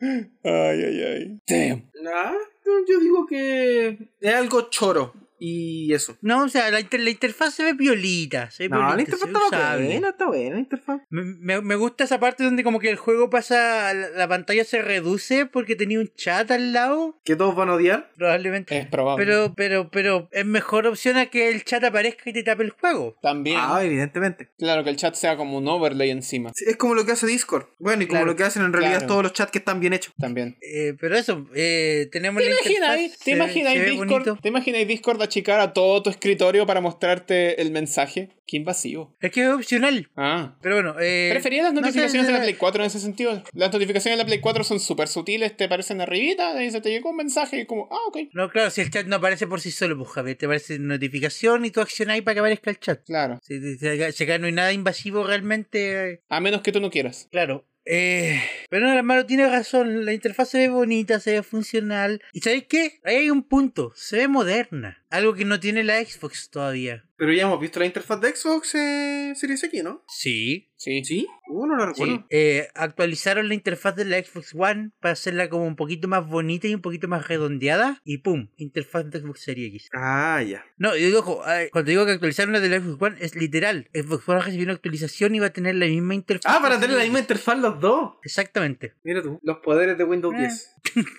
S1: Ay, ay, ay. Damn.
S3: Ah, no, yo digo que es algo choro. Y eso.
S2: No, o sea, la, inter- la interfaz se ve violita. Se ve
S3: No,
S2: piolita,
S3: la interfaz
S2: se ve
S3: está
S2: usable.
S3: buena, está buena la interfaz.
S2: Me, me- me gusta esa parte donde como que el juego pasa, la, la pantalla se reduce porque tenía un chat al lado,
S3: Que todos van a odiar.
S2: probablemente.
S1: Es probable.
S2: Pero, pero, pero es mejor opción a que el chat aparezca y te tape el juego.
S1: También,
S3: Ah, evidentemente.
S1: claro, que el chat sea como un overlay encima.
S3: Sí, es como lo que hace Discord. Bueno, y como
S2: Claro,
S3: lo que hacen en realidad
S1: claro.
S3: todos los chats que están bien hechos.
S1: También.
S2: Eh, pero eso, eh, tenemos
S1: ¿Te
S2: la
S1: imaginas, ahí-
S2: interfaz,
S1: ¿te
S2: se ve-
S1: imaginas
S2: se
S1: ahí
S2: ve
S1: Discord,
S2: bonito.
S1: ¿Te imaginas ahí Discord achicar a todo tu escritorio para mostrarte el mensaje? Qué invasivo.
S2: Es que es opcional.
S1: Ah.
S2: Pero bueno, eh,
S1: Prefería las
S2: no sé,
S1: notificaciones de la
S2: eh,
S1: Play 4 en ese sentido. Las notificaciones de la Play 4 son súper sutiles, te aparecen arribita, te dice, te llegó un mensaje y como, ah, ok.
S2: No, claro, si el chat no aparece por sí solo, pues Javier, te aparece notificación y tú accionáis para que aparezca el chat.
S1: Claro.
S2: Si, si- si acá- si acá no hay nada invasivo realmente, eh,
S1: A menos que tú no quieras.
S2: claro. Eh, pero no, hermano, tiene razón, la interfaz se ve bonita, se ve funcional. ¿Y sabéis qué? Ahí hay un punto, se ve moderna. Algo que no tiene la Xbox todavía.
S3: Pero ya hemos visto la interfaz de Xbox eh, Series X, ¿no?
S2: Sí.
S1: Sí.
S3: ¿Sí? Uh, no lo recuerdo.
S2: Sí. Eh, actualizaron la interfaz de la Xbox One para hacerla como un poquito más bonita y un poquito más redondeada. Y pum, interfaz de Xbox Series X.
S3: Ah, ya.
S2: No, yo digo, ojo, eh, cuando digo que actualizaron la de la Xbox One, es literal. Xbox One recibió una actualización y va a tener la misma interfaz.
S3: Ah, para tener la misma interfaz los dos.
S2: Exactamente.
S3: Mira tú, los poderes de Windows
S2: Eh.
S3: 10.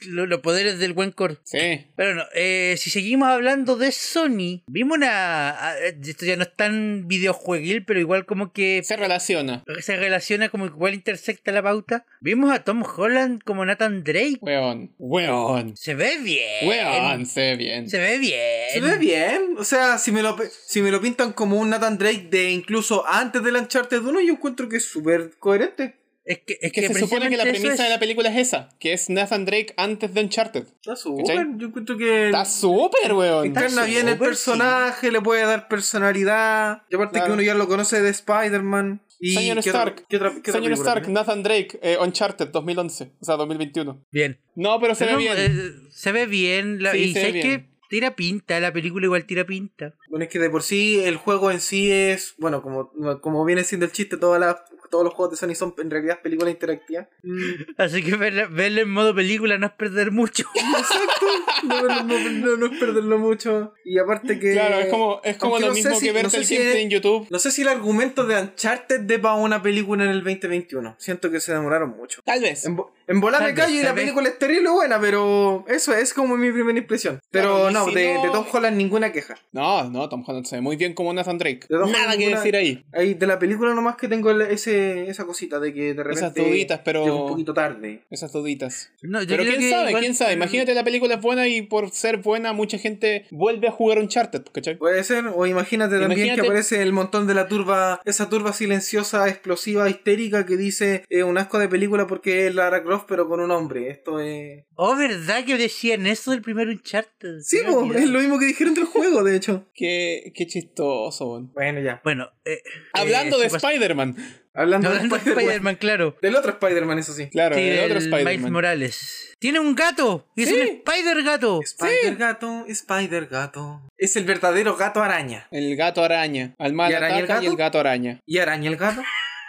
S2: Lo- los poderes del buen core.
S1: Sí.
S2: Pero no, eh, si seguimos hablando de Sony, vimos una... a- Esto ya no es tan videojueguil, pero igual como que
S1: Se relaciona.
S2: se relaciona, como que igual intersecta la pauta. Vimos a Tom Holland como Nathan Drake.
S1: Weón. Weón.
S2: Se ve bien.
S1: Weón, se ve bien.
S2: Eh, Se ve bien.
S3: Eh, Se ve bien. O sea, si me, lo, si me lo pintan como un Nathan Drake de incluso antes del Uncharted 1, yo encuentro que es súper coherente.
S2: Es que, es
S1: Que, se supone que la
S2: precisamente
S1: premisa
S2: eso
S1: de la
S2: es.
S1: película es esa, que es Nathan Drake antes de Uncharted.
S3: Está súper.
S1: ¿Cachai?
S3: Yo encuentro que
S1: Está súper, weón.
S2: Está
S3: encarna bien el
S2: súper,
S3: personaje, le puede dar personalidad. Y aparte
S1: Claro.
S3: que uno ya lo conoce de Spider-Man. Y
S1: Señor
S3: ¿qué otra-
S1: Stark.
S3: qué otra- qué otra
S1: Señor
S3: película
S1: Stark,
S3: tiene?
S1: Nathan Drake, eh, Uncharted 2011, o sea, 2021.
S2: Bien.
S1: No, pero se ve
S2: No,
S1: bien.
S2: eh, se ve bien. la-
S1: Sí,
S2: y
S1: se
S2: sé
S1: ve
S2: que
S1: bien.
S2: tira pinta, la película igual tira pinta.
S3: Bueno, es que de por sí el juego en sí es, bueno, como, como viene siendo el chiste, todas las, todos los juegos de Sony son en realidad películas interactivas.
S1: Mm.
S2: Así que verla, verla en modo película no es perder mucho.
S3: Exacto. No, no, no- no- no es perderlo mucho. Y aparte que...
S1: Claro, es como, es como
S3: aunque
S1: lo
S3: no sé
S1: mismo
S3: si-
S1: que
S3: no
S1: verte
S3: sé
S1: el
S3: si
S1: gameplay
S3: es-
S1: en YouTube.
S3: No sé si el argumento de Uncharted dé para una película en el 2021. Siento que se demoraron mucho.
S1: Tal vez.
S3: En, bo- en volar me
S2: Tal vez,
S3: callo y
S2: tal
S3: la
S2: vez.
S3: película es terrible buena, pero eso es como mi primera impresión. Pero
S1: Claro, y
S3: no,
S1: si
S3: de,
S1: no-
S3: de Tom Holland ninguna queja.
S1: No, no, Tom Holland se ve muy bien como Nathan Drake.
S3: De todas
S1: Nada
S3: formas,
S1: que
S3: ninguna-
S1: decir ahí.
S3: Ahí de la película nomás que tengo el- ese, esa cosita de que de repente
S1: Esas duditas, pero-
S3: llegó un poquito tarde.
S1: Esas duditas.
S2: No, yo
S1: Pero
S2: creo
S1: quién
S2: que
S1: sabe,
S2: igual-
S1: quién sabe. Imagínate la película es buena y por ser buena mucha gente vuelve a jugar Uncharted, ¿cachai?
S3: Puede ser, o imagínate también
S1: Imagínate-
S3: que aparece el montón de la turba, esa turba silenciosa, explosiva, histérica que dice eh, un asco de película porque es Lara Croft pero con un hombre. Esto es...
S2: Oh, ¿verdad que decían eso del primer Uncharted?
S3: Sí,
S2: Se me
S3: po,
S2: olvidó.
S3: es lo mismo que dijeron del juego, de hecho.
S1: Qué, qué chistoso. weón.
S3: Bueno, ya.
S2: Bueno, eh,
S1: Hablando
S2: eh,
S1: de
S3: pues.
S2: supuest-
S1: Spider-Man.
S3: Hablando,
S2: Hablando de Spider-Man, claro.
S3: Del otro Spider-Man, eso sí.
S1: Claro,
S2: Sí,
S1: el otro
S2: del Miles
S1: Spider-Man.
S2: Morales. Tiene un gato. Y es
S1: Sí.
S2: un Spider Gato.
S3: Spider Gato, Spider Gato. Es el verdadero gato araña.
S1: El gato araña. Al mal
S3: ¿Y araña el
S1: ataca y
S3: gato?
S1: el gato araña.
S3: ¿Y araña el gato?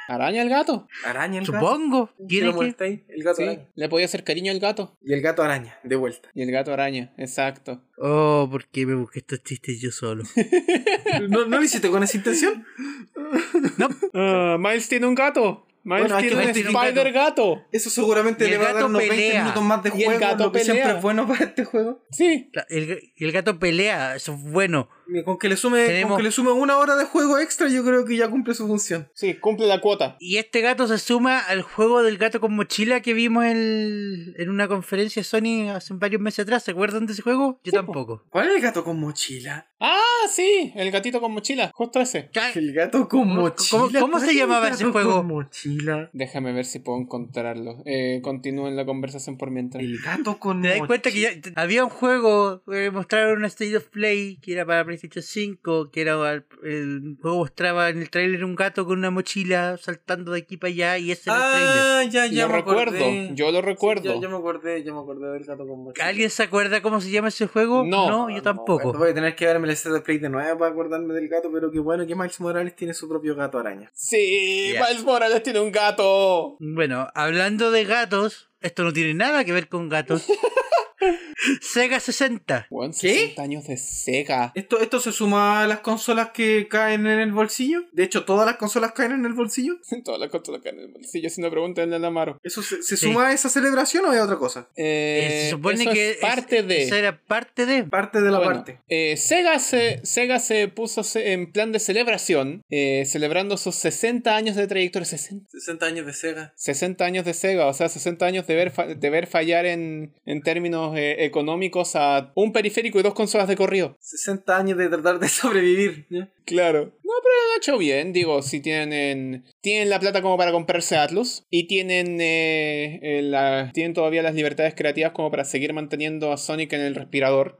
S1: ¿Araña el gato?
S3: Araña el gato.
S2: Supongo.
S3: Si
S2: Tiene
S3: lo
S2: que.
S3: molestáis, El gato
S1: Sí.
S3: araña.
S1: Le podía hacer cariño al gato.
S3: Y el gato araña, de vuelta.
S1: Y el gato araña, exacto.
S2: Oh, ¿por qué me busqué estos chistes yo solo?
S3: ¿No, no lo hiciste con esa intención?
S2: No,
S1: Ah, Miles tiene un gato. Miles
S3: Bueno, hay que
S1: tiene un
S3: ver si tiene un
S1: Spider gato.
S3: Eso seguramente
S2: Y
S3: le
S2: el
S3: va a dar
S2: gato
S3: unos 20
S2: pelea.
S3: minutos más de
S1: Y el
S3: juego,
S1: gato
S3: lo que siempre
S1: pelea.
S3: es bueno para este juego.
S1: Sí.
S2: la- el, el gato pelea. Eso es bueno.
S3: Y Con que, le sume,
S2: Tenemos-
S3: con que le sume una hora de juego extra, yo creo que ya cumple su función.
S1: Sí, cumple la cuota.
S2: Y este gato se suma al juego del gato con mochila que vimos el- en una conferencia Sony hace varios meses atrás. ¿Se acuerdan de ese juego?
S1: Sí,
S2: Yo
S1: po.
S2: tampoco.
S3: ¿Cuál es el gato con mochila?
S1: Ah, sí, el gatito con mochila, justo ese.
S2: Ca-
S3: El gato con
S2: ¿Cómo-
S3: mochila.
S2: cómo- cómo
S3: ¿Cuál
S2: se
S3: es el
S2: llamaba ese
S3: gato
S2: juego?
S3: con mochila.
S1: Déjame ver si puedo encontrarlo. Eh, continúen la conversación por mientras.
S3: El gato con
S2: ¿Te das
S3: mochila.
S2: cuenta que ya te- había un juego, eh, mostraron un State of Play que era para PlayStation 5, que era al- el juego mostraba en el tráiler un gato con una mochila saltando de aquí para allá y ese era el tráiler.
S3: Ah, ya, ya
S1: Lo
S3: me
S1: recuerdo,
S3: acordé.
S1: yo lo
S3: Sí,
S1: recuerdo.
S3: ya, ya me acordé, ya me acordé del gato con mochila.
S2: ¿Alguien se acuerda cómo se llama ese juego?
S1: No.
S2: yo
S3: Ah, No,
S2: tampoco.
S3: voy a tener que verme el set de play de nuevo para acordarme del gato, pero qué bueno que Miles Morales tiene su propio gato araña.
S1: Sí,
S2: Ya.
S1: Miles Morales tiene un gato.
S2: Bueno, hablando de gatos, esto no tiene nada que ver con gatos. Sega 60.
S1: Weón,
S3: ¿Qué?
S1: 60 años de Sega.
S3: ¿Esto, ¿Esto se suma a las consolas que caen en el bolsillo? De hecho, ¿todas las consolas caen en el bolsillo?
S1: Todas las cosas acá en el bolsillo, si no pregúntenle a la Maro.
S3: ¿Eso se, se
S2: Sí.
S3: suma a esa celebración o es otra cosa?
S1: Eh,
S2: Eh, se supone
S1: eso
S2: que
S1: es parte
S2: es-
S1: de.
S2: eso era parte de.
S3: Parte de la
S1: Bueno,
S3: parte.
S1: eh, Sega, se, Sega se puso se- en plan de celebración, eh, celebrando sus 60 años de trayectoria. 60,
S3: 60 años de Sega.
S1: 60 años de Sega, o sea, 60 años de ver, fa- de ver fallar en, en términos eh, económicos a un periférico y dos consolas de corrido.
S3: 60 años de tratar de sobrevivir. ¿ya?
S1: Claro. No, pero lo han hecho bien, digo, si tienen, tienen la plata como para comprarse Atlus y tienen, eh, eh, la- tienen todavía las libertades creativas como para seguir manteniendo a Sonic en el respirador.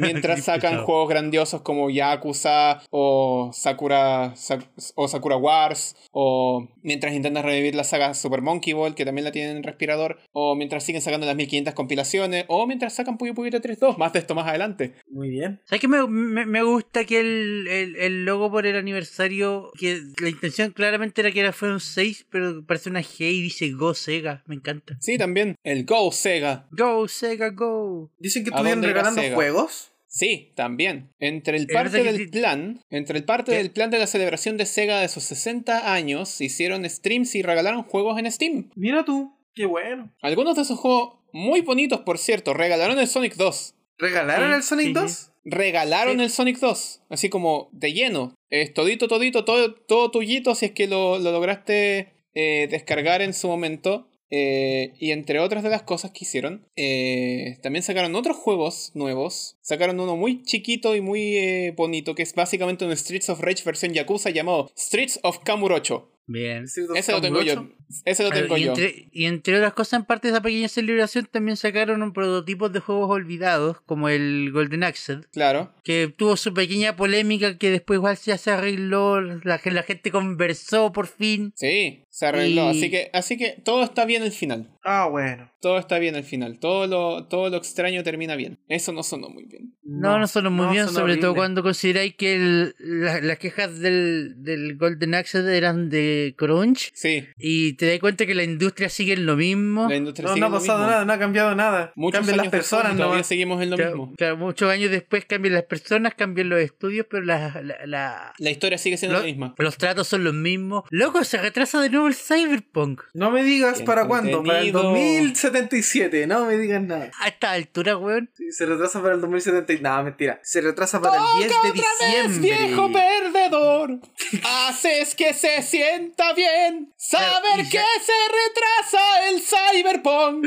S1: Mientras sacan juegos grandiosos como Yakuza o Sakura, Sa- o Sakura Wars, o mientras intentan revivir la saga Super Monkey Ball, que también la tienen en respirador, o mientras siguen sacando las 1500 compilaciones, o mientras sacan Puyo Puyo 3.2, más de esto más adelante.
S3: Muy bien.
S2: ¿Sabes que me, me- me gusta que el, el- el logo por el aniversario, que la intención claramente era que era fuera un 6, pero parece una G y dice Go Sega, me encanta.
S1: Sí, también. El Go Sega.
S2: Go Sega, go.
S3: Dicen que
S1: ¿A
S3: estuvieron
S1: dónde irá
S3: regalando
S1: Sega?
S3: juegos.
S1: Sí, también. Entre el
S2: Eh,
S1: parte
S2: o sea que
S1: del
S2: sí-
S1: plan, entre el parte
S2: ¿Qué?
S1: del plan de la celebración de Sega de sus 60 años, hicieron streams y regalaron juegos en Steam.
S3: Mira tú, qué bueno.
S1: Algunos de esos juegos muy bonitos, por cierto, regalaron el Sonic 2.
S3: ¿Regalaron
S2: Sí,
S3: el Sonic
S2: sí.
S3: 2?
S1: Regalaron
S2: Sí.
S1: el Sonic 2, así como de lleno. Es todito, todito, todo, todo tuyito si es que lo, lo lograste eh, descargar en su momento. Eh, y entre otras de las cosas que hicieron, eh, también sacaron otros juegos nuevos. Sacaron uno muy chiquito y muy eh, bonito, que es básicamente un Streets of Rage versión Yakuza llamado Streets of Kamurocho.
S2: Bien.
S1: Ese lo tengo yo. Ese lo tengo
S2: Ah, y,
S1: yo.
S2: entre, y entre otras cosas, en parte de esa pequeña celebración también sacaron un prototipo de juegos olvidados, como el Golden Axe,
S1: Claro.
S2: que tuvo su pequeña polémica que después igual ya se arregló, la, gen- la gente conversó por fin.
S1: Sí, se arregló.
S2: Y-
S1: Así que, así que todo está bien al final.
S3: Ah, bueno.
S1: Todo está bien al final. Todo lo, todo lo extraño termina bien. Eso no sonó muy bien.
S2: No, no, sonó muy
S3: no,
S2: bien,
S3: sonó
S2: sobre todo
S3: horrible.
S2: cuando consideráis que el- la- las quejas del, del Golden Axe eran de Crunch
S1: Sí,
S2: y te das cuenta que la industria sigue en lo mismo.
S1: la industria
S3: No,
S1: sigue
S3: no ha
S1: en lo
S3: pasado
S1: mismo.
S3: nada, no ha cambiado nada.
S1: Muchos
S3: Cambian las
S1: años después
S3: personas
S1: y todavía
S3: nomás.
S1: seguimos en lo
S2: Claro,
S1: mismo.
S2: claro, muchos años después cambian las personas, cambian los estudios, pero la- la- la,
S1: La historia sigue siendo
S2: Lo-
S1: la misma.
S2: Los tratos son los mismos. Loco, se retrasa de nuevo el Cyberpunk.
S3: No me digas
S1: Bien
S3: para cuándo, para el
S1: contenido.
S3: 2077, no me digas nada.
S2: A esta altura, weón.
S3: Sí, se retrasa para el 2077, no, mentira. Se retrasa para
S2: ¡Oh,
S3: el 10 de diciembre.
S1: viejo perdedor! Haces que se sienta bien
S2: saber
S1: saber
S2: y
S1: que
S2: ya-
S1: se retrasa el cyberpunk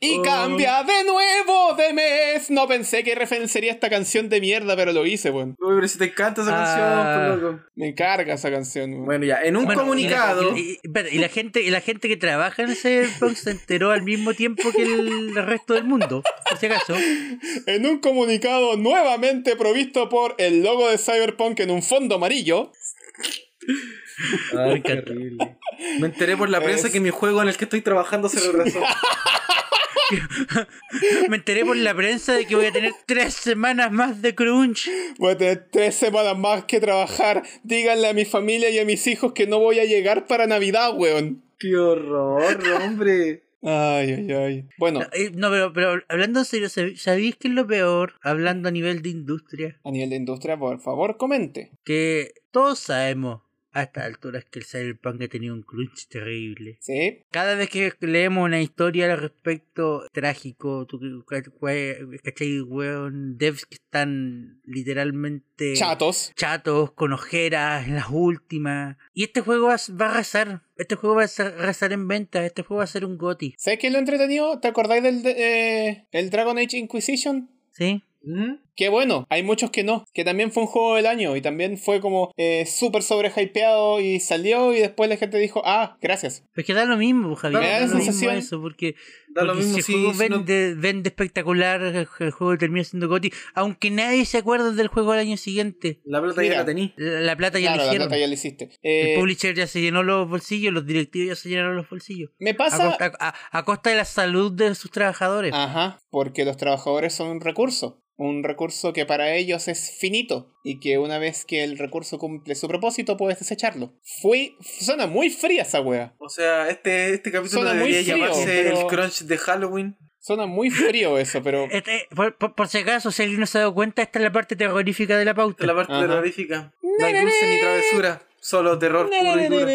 S1: y
S3: Oh.
S1: cambia de nuevo de mes. No pensé que referenciaría esta canción de mierda, pero lo hice, weón.
S3: Uy, pero si te encanta esa
S2: Ah.
S3: canción, pues, loco.
S1: Me carga esa canción, weón.
S3: Bueno, ya, en un
S2: Bueno,
S3: comunicado.
S2: Y, y- espérate, y la gente, y la gente que trabaja en el Cyberpunk se enteró al mismo tiempo que el resto del mundo. Por si acaso.
S1: En un comunicado nuevamente provisto por el logo de Cyberpunk en un fondo amarillo,
S3: Ay,
S2: Me encanta.
S3: horrible. Me enteré por la prensa
S1: Es-
S3: que mi juego en el que estoy trabajando se retrasó.
S2: Me enteré por la prensa de que voy a tener tres semanas más de crunch.
S1: voy a tener tres semanas más que trabajar. Díganle a mi familia y a mis hijos que no voy a llegar para Navidad, weón.
S3: Qué horror, hombre.
S1: Ay, ay, ay. Bueno,
S2: No, eh, no, pero, pero hablando en serio, ¿sab- ¿sabéis qué es lo peor? Hablando a nivel de industria.
S1: a nivel de industria, por favor, comente.
S2: Que todos sabemos a estas alturas que el Cyberpunk ha tenido un crunch terrible.
S1: Sí,
S2: Cada vez que leemos una historia al respecto trágico, tú que- cue- ¿cachai? Weón, devs que están literalmente
S1: chatos.
S2: chatos, con ojeras, en las últimas. Y este juego va va a arrasar. Este juego va a ser- arrasar en ventas. Este juego va a ser un goti.
S1: ¿Sabes qué es lo entretenido? ¿Te acordáis del de- eh, el Dragon Age Inquisition?
S2: ¿Sí?
S3: ¿Mm?
S1: Qué bueno, hay muchos que no, que también fue un juego del año y también fue como eh, súper sobrehypeado y salió y después la gente dijo, ah, gracias.
S2: Pues que da lo mismo, Javier.
S1: Me da la
S2: lo mismo
S1: sensación-
S2: eso, porque,
S3: Da lo
S2: porque
S3: mismo
S2: si el
S3: si,
S2: juego
S3: si no-
S2: vende, vende espectacular, el, el juego termina siendo goti. Aunque nadie se acuerde del juego al año siguiente.
S3: La plata
S1: Mira.
S3: ya la tení.
S2: La, la plata ya
S1: Claro,
S2: la
S1: la
S2: hicieron.
S1: plata ya la hiciste.
S2: El
S1: Eh,
S2: publisher ya se llenó los bolsillos, los directivos ya se llenaron los bolsillos.
S1: me
S2: A,
S1: pasa... Ah.
S2: costa, a- a costa de la salud de sus trabajadores.
S1: Ajá, porque los trabajadores son un recurso. Un recurso que para ellos es finito y que una vez que el recurso cumple su propósito puedes desecharlo. Fui, suena muy fría esa wea.
S3: O sea, este, este capítulo
S1: Suena muy
S3: debería
S1: frío,
S3: llamarse
S1: pero-
S3: el crunch de Halloween.
S1: Suena muy frío eso, pero
S2: Este, por, por- por si acaso, si alguien no se ha dado cuenta, esta es la parte terrorífica de la pauta.
S3: De la parte
S1: Ajá.
S3: terrorífica. No hay dulce ni travesura. Solo terror puro y duro.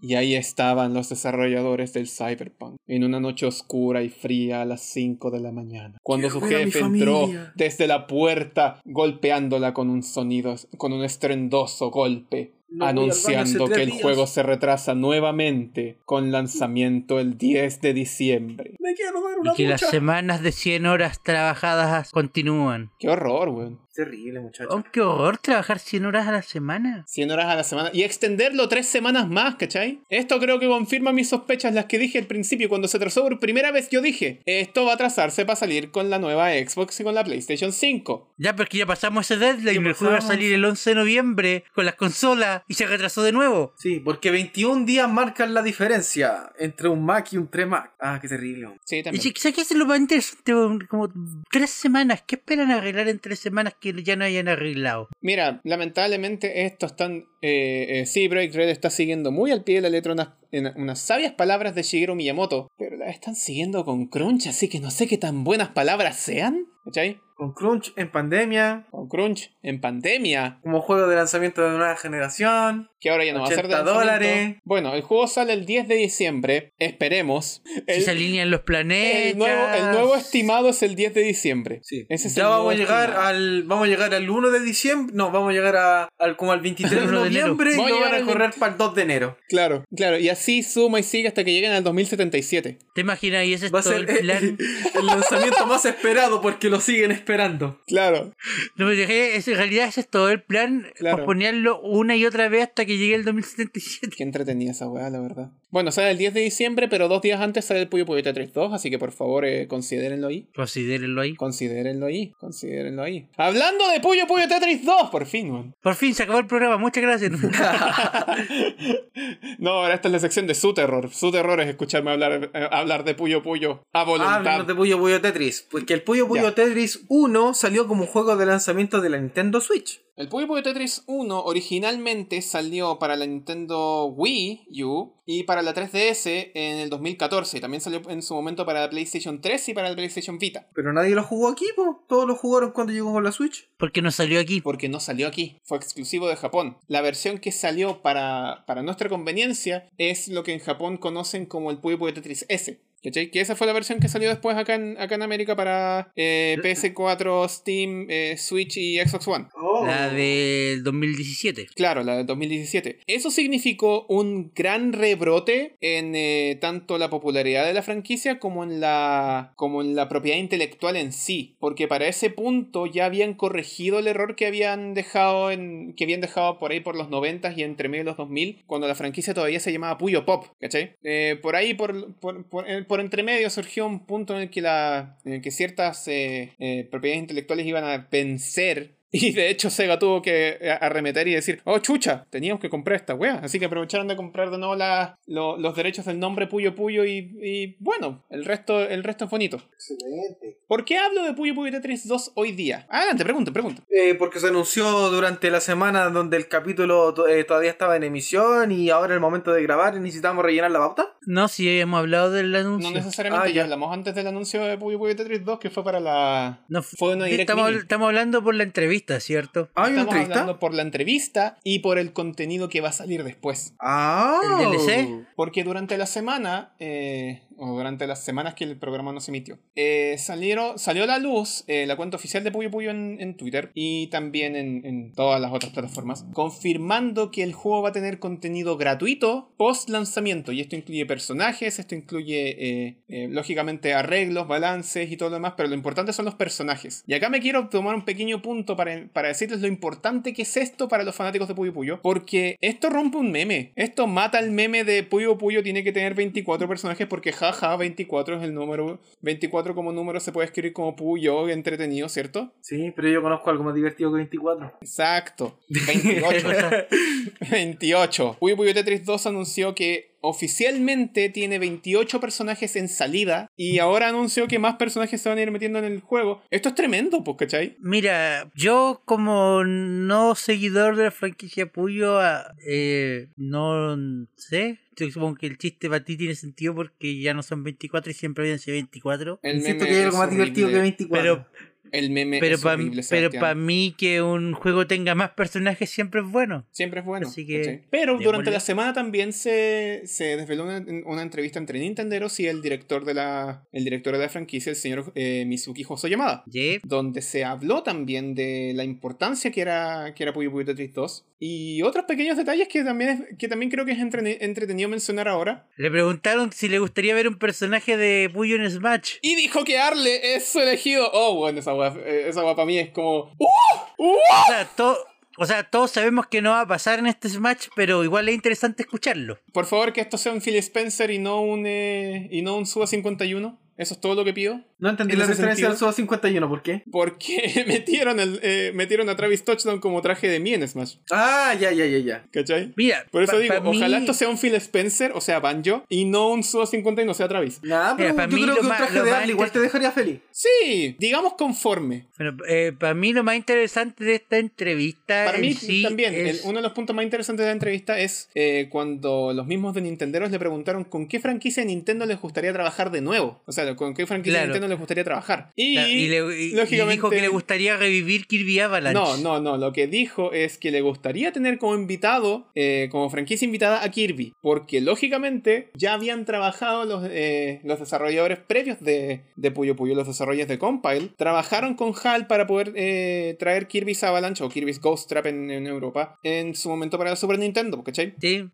S1: Y ahí estaban los desarrolladores del Cyberpunk, en una noche oscura y fría a las 5 de la mañana, cuando su
S3: Quiero ver a mi
S1: jefe entró
S3: familia.
S1: desde la puerta golpeándola con un sonido, con un estrendoso golpe,
S3: No voy al baño hace
S1: anunciando que
S3: tres
S1: el
S3: días.
S1: juego se retrasa nuevamente con lanzamiento el 10 de diciembre.
S3: Me quiero dar una
S2: y que las
S3: ducha.
S2: semanas de 100 horas trabajadas continúan.
S1: Qué horror, weón.
S3: Terrible, muchacho.
S2: Oh, qué horror trabajar 100 horas a la semana.
S1: 100 horas a la semana y extenderlo 3 semanas más, ¿cachai? Esto creo que confirma mis sospechas, las que dije al principio cuando se trazó por primera vez. Yo dije, esto va a trazarse para salir con la nueva Xbox y con la PlayStation 5.
S2: Ya, porque ya pasamos ese deadline.
S3: Ya
S2: El juego va a
S3: pasamos.
S2: salir el 11 de noviembre con las consolas. día y se retrasó de nuevo.
S3: Sí, porque 21 días marcan la diferencia entre un Mac y un 3 Mac. Ah, qué terrible. hombre.
S1: Sí,
S2: Y
S1: también.
S2: si- ¿sabes qué es lo más interesante? weón? Como tres semanas. ¿Qué esperan arreglar en tres semanas que ya no hayan arreglado?
S1: Mira, lamentablemente esto están. Eh, eh, sí, Break Red está siguiendo muy al pie de la letra unas, en- unas sabias palabras de Shigeru Miyamoto, pero las están siguiendo con crunch, así que no sé qué tan buenas palabras sean. ¿Cachai?
S3: Con Crunch en pandemia,
S1: Con crunch en pandemia,
S3: como juego de lanzamiento de nueva generación.
S1: que ahora ya no va a ser de
S3: 80 dólares.
S1: lanzamiento. Bueno, el juego sale el 10 de diciembre, esperemos.
S2: si
S1: El,
S2: se alinean los planetas.
S1: el nuevo, el nuevo estimado es el 10 de diciembre.
S5: Sí.
S1: Ese es
S3: ya
S1: el
S3: vamos a
S1: nuevo
S3: llegar
S1: estimado.
S3: al vamos a llegar al 1 de diciembre, no, vamos a llegar a- al como al 23 de
S2: Uno de enero.
S3: noviembre y
S1: Vamos a
S3: lo van
S1: llegar
S3: a
S1: al
S3: correr para el 2 de enero.
S1: Claro, claro, y así suma y sigue hasta que lleguen al 2077.
S2: ¿Te imaginas? Y ese es
S3: Va a
S2: todo
S3: ser
S2: el
S3: el,
S2: plan.
S3: el lanzamiento más esperado porque lo siguen esperando.
S1: Claro,
S2: No me dejé. es- En realidad ese es todo el plan.
S1: Claro.
S2: Posponerlo una y otra vez hasta que llegue el 2077.
S1: Qué entretenida esa weá, la verdad. Bueno, sale el 10 de diciembre, pero dos días antes sale el Puyo Puyo 3.2, así que por favor, eh, considérenlo ahí.
S2: Considérenlo ahí.
S1: Considérenlo ahí, considérenlo ahí. Hablando de Puyo Puyo Tetris 2, por fin, weón.
S2: Por fin se acabó el programa. Muchas gracias.
S1: No, ahora esta es la sección de su terror. Su terror es escucharme hablar, eh, hablar de Puyo Puyo a voluntad.
S3: Háblenos de Ah, Puyo Puyo Tetris, porque el Puyo Puyo
S1: Ya.
S3: Tetris 1 salió como juego de lanzamiento de la Nintendo Switch.
S1: El Puyo Puyo Tetris 1 originalmente salió para la Nintendo Wii U y para la 3DS en el 2014. Y también salió en su momento para la PlayStation 3 y para la PlayStation Vita.
S3: Pero nadie lo jugó aquí, po. todos lo jugaron cuando llegó con la Switch.
S2: Porque no salió aquí.
S1: porque no salió aquí, fue exclusivo de Japón. La versión que salió para, para nuestra conveniencia es lo que en Japón conocen como el Puyo Puyo Tetris S. ¿Cachai? Que esa fue la versión que salió después acá en, acá en América para eh, PS4, Steam, eh, Switch y Xbox One.
S2: La del 2017.
S1: Claro, la del 2017. Eso significó un gran rebrote en eh, tanto la popularidad de la franquicia como en la, como en la propiedad intelectual en sí, porque para ese punto ya habían corregido el error que habían dejado en, que habían dejado por ahí por los 90 y entre medio de los 2000, cuando la franquicia todavía se llamaba Puyo Pop, ¿cachai? Eh, por ahí, por, por, por, eh, por entre medio, surgió un punto en el que, la, en el que ciertas eh, eh, propiedades intelectuales iban a vencer y de hecho Sega tuvo que eh, arremeter y decir, oh chucha, teníamos que comprar esta wea. Así que aprovecharon de comprar de nuevo la- lo- los derechos del nombre Puyo Puyo y, y, bueno, el resto, el resto es bonito.
S3: Excelente.
S1: ¿Por qué hablo de Puyo Puyo Tetris 2 hoy día? Adelante, pregunta, pregunta.
S3: Eh, porque se anunció durante la semana donde el capítulo to- eh, todavía estaba en emisión y ahora es el momento de grabar y necesitamos rellenar la pauta.
S2: No, si habíamos hablado del anuncio.
S1: No necesariamente
S3: Ah, ya.
S1: ya hablamos antes del anuncio de Puyo Puyo Tetris 2 que fue para la...
S2: No,
S1: Fue una direct
S2: estamos,
S1: mini.
S2: estamos hablando por la entrevista, ¿cierto?
S3: Ah, ¿Hay
S1: Estamos
S3: una entrevista?
S1: hablando por la entrevista y por el contenido que va a salir después.
S3: Ah.
S2: ¿El DLC?
S1: Porque durante la semana, eh, o durante las semanas que el programa no se emitió, eh, salieron, salió a la luz eh, la cuenta oficial de Puyo Puyo en, en Twitter y también en, en todas las otras plataformas, confirmando que el juego va a tener contenido gratuito post lanzamiento. Y esto incluye personajes, esto incluye, eh, eh, lógicamente, arreglos, balances y todo lo demás, pero lo importante son los personajes. Y acá me quiero tomar un pequeño punto para, para decirles lo importante que es esto para los fanáticos de Puyo Puyo, porque esto rompe un meme. Esto mata el meme de Puyo Puyo tiene que tener 24 personajes porque jaja, 24 es el número. 24 como número se puede escribir como Puyo, entretenido, ¿cierto?
S3: Sí, pero yo conozco algo más divertido que 24.
S1: Exacto. 28. 28. Puyo Puyo Tetris 2 anunció que oficialmente tiene 28 personajes en salida y ahora anunció que más personajes se van a ir metiendo en el juego. Esto es tremendo, pues, ¿cachai?
S2: Mira, yo como no seguidor de la franquicia Puyo, ah, eh, no sé. Yo supongo que el chiste para ti tiene sentido porque ya no son 24 y siempre habían sido 24.
S1: El
S3: Insisto
S1: meme
S3: que hay
S1: es
S3: algo más divertido que
S1: horrible.
S3: 24.
S2: Pero,
S1: El meme
S2: pero
S1: Eh, es
S2: para
S1: horrible,
S2: pero
S1: Sebastián.
S2: pa mí que un juego tenga más personajes siempre es bueno.
S1: Siempre es bueno.
S2: Así que-
S1: ¿cachai? Pero
S2: Démosle.
S1: durante la semana también se, se desveló una, una entrevista entre Nintenderos y el director de la, el director de la franquicia, el señor eh, Mizuki Hosoyamada.
S2: Yep.
S1: donde se habló también de la importancia que era, que era Puyo Puyo Tetris 2 y otros pequeños detalles que también, es- que también creo que es entre- entretenido mencionar ahora.
S2: Le preguntaron si le gustaría ver un personaje de Puyo en Smash.
S1: Y dijo que Arle es su elegido. Oh, bueno, esa guapa esa guapa mí es como... ¡Uh!
S2: O sea, to- o sea, todos sabemos que no va a pasar en este Smash, pero igual es interesante escucharlo.
S1: Por favor, que esto sea un Phil Spencer y no un, eh, y no un Suba 51. Eso es todo lo que pido. No entendí
S3: Y la
S1: ese
S3: referencia
S1: sentido.
S3: al Suda 51, ¿por qué?
S1: Porque metieron, el, eh, metieron a Travis Touchdown como traje de mí en Smash.
S3: Ah, ya, ya, ya, ya.
S1: ¿Cachai?
S2: Mira,
S1: Por eso
S2: pa-
S1: digo,
S2: pa' mí-
S1: ojalá esto sea un Phil Spencer, o sea, Banjo, y no un Suda 51, o sea, Travis.
S3: Nah, pero
S2: Mira, para mí
S3: yo creo
S2: lo
S3: que un
S2: más-
S3: traje
S2: lo
S3: de
S2: más
S3: Arle igual te dejaría feliz.
S1: Sí, digamos conforme.
S2: Bueno, eh, para mí lo más interesante de esta entrevista
S1: Para
S2: en
S1: mí
S2: Eh, sí
S1: también,
S2: es-
S1: el- uno de los puntos más interesantes de la entrevista es eh, cuando los mismos de Nintenderos le preguntaron con qué franquicia de Nintendo les gustaría trabajar de nuevo. O sea, con qué franquicia de
S2: Claro.
S1: Nintendo les gustaría trabajar. Y,
S2: Claro, y, le- y- y
S1: lógicamente,
S2: dijo que le gustaría revivir Kirby Avalanche.
S1: No, no, no. Lo que dijo es que le gustaría tener como invitado, eh, como franquicia invitada a Kirby. Porque lógicamente ya habían trabajado los, eh, los desarrolladores previos de, de Puyo Puyo, los desarrolladores de Compile. Trabajaron con HAL para poder eh, traer Kirby's Avalanche o Kirby's Ghost Trap en, en Europa en su momento para la Super Nintendo, ¿cachai?
S2: Sí.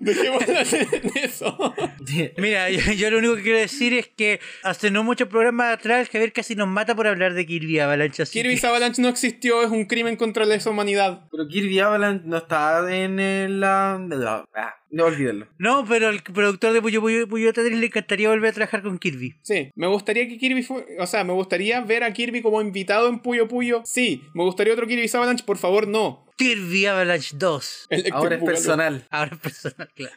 S1: Dejémoslo en eso.
S2: Mira, yo, yo lo único que quiero decir es que hace no muchos programas atrás el Javier casi nos mata por hablar de Kirby Avalanche. así
S1: Kirby's
S2: que-
S1: Avalanche no existió, es un crimen contra la humanidad.
S3: Pero Kirby Avalanche no está en el, la... la- ah, no olvídenlo.
S2: No, pero al productor de Puyo Puyo, Puyo Tetris le encantaría volver a trabajar con Kirby.
S1: Sí, me gustaría que Kirby fue, o sea, me gustaría ver a Kirby como invitado en Puyo Puyo. Sí, me gustaría otro Kirby's Avalanche, por favor, no.
S2: Kirby Avalanche 2.
S1: Electric
S3: Ahora es
S1: Boogaloo.
S3: personal.
S2: Ahora es personal, claro.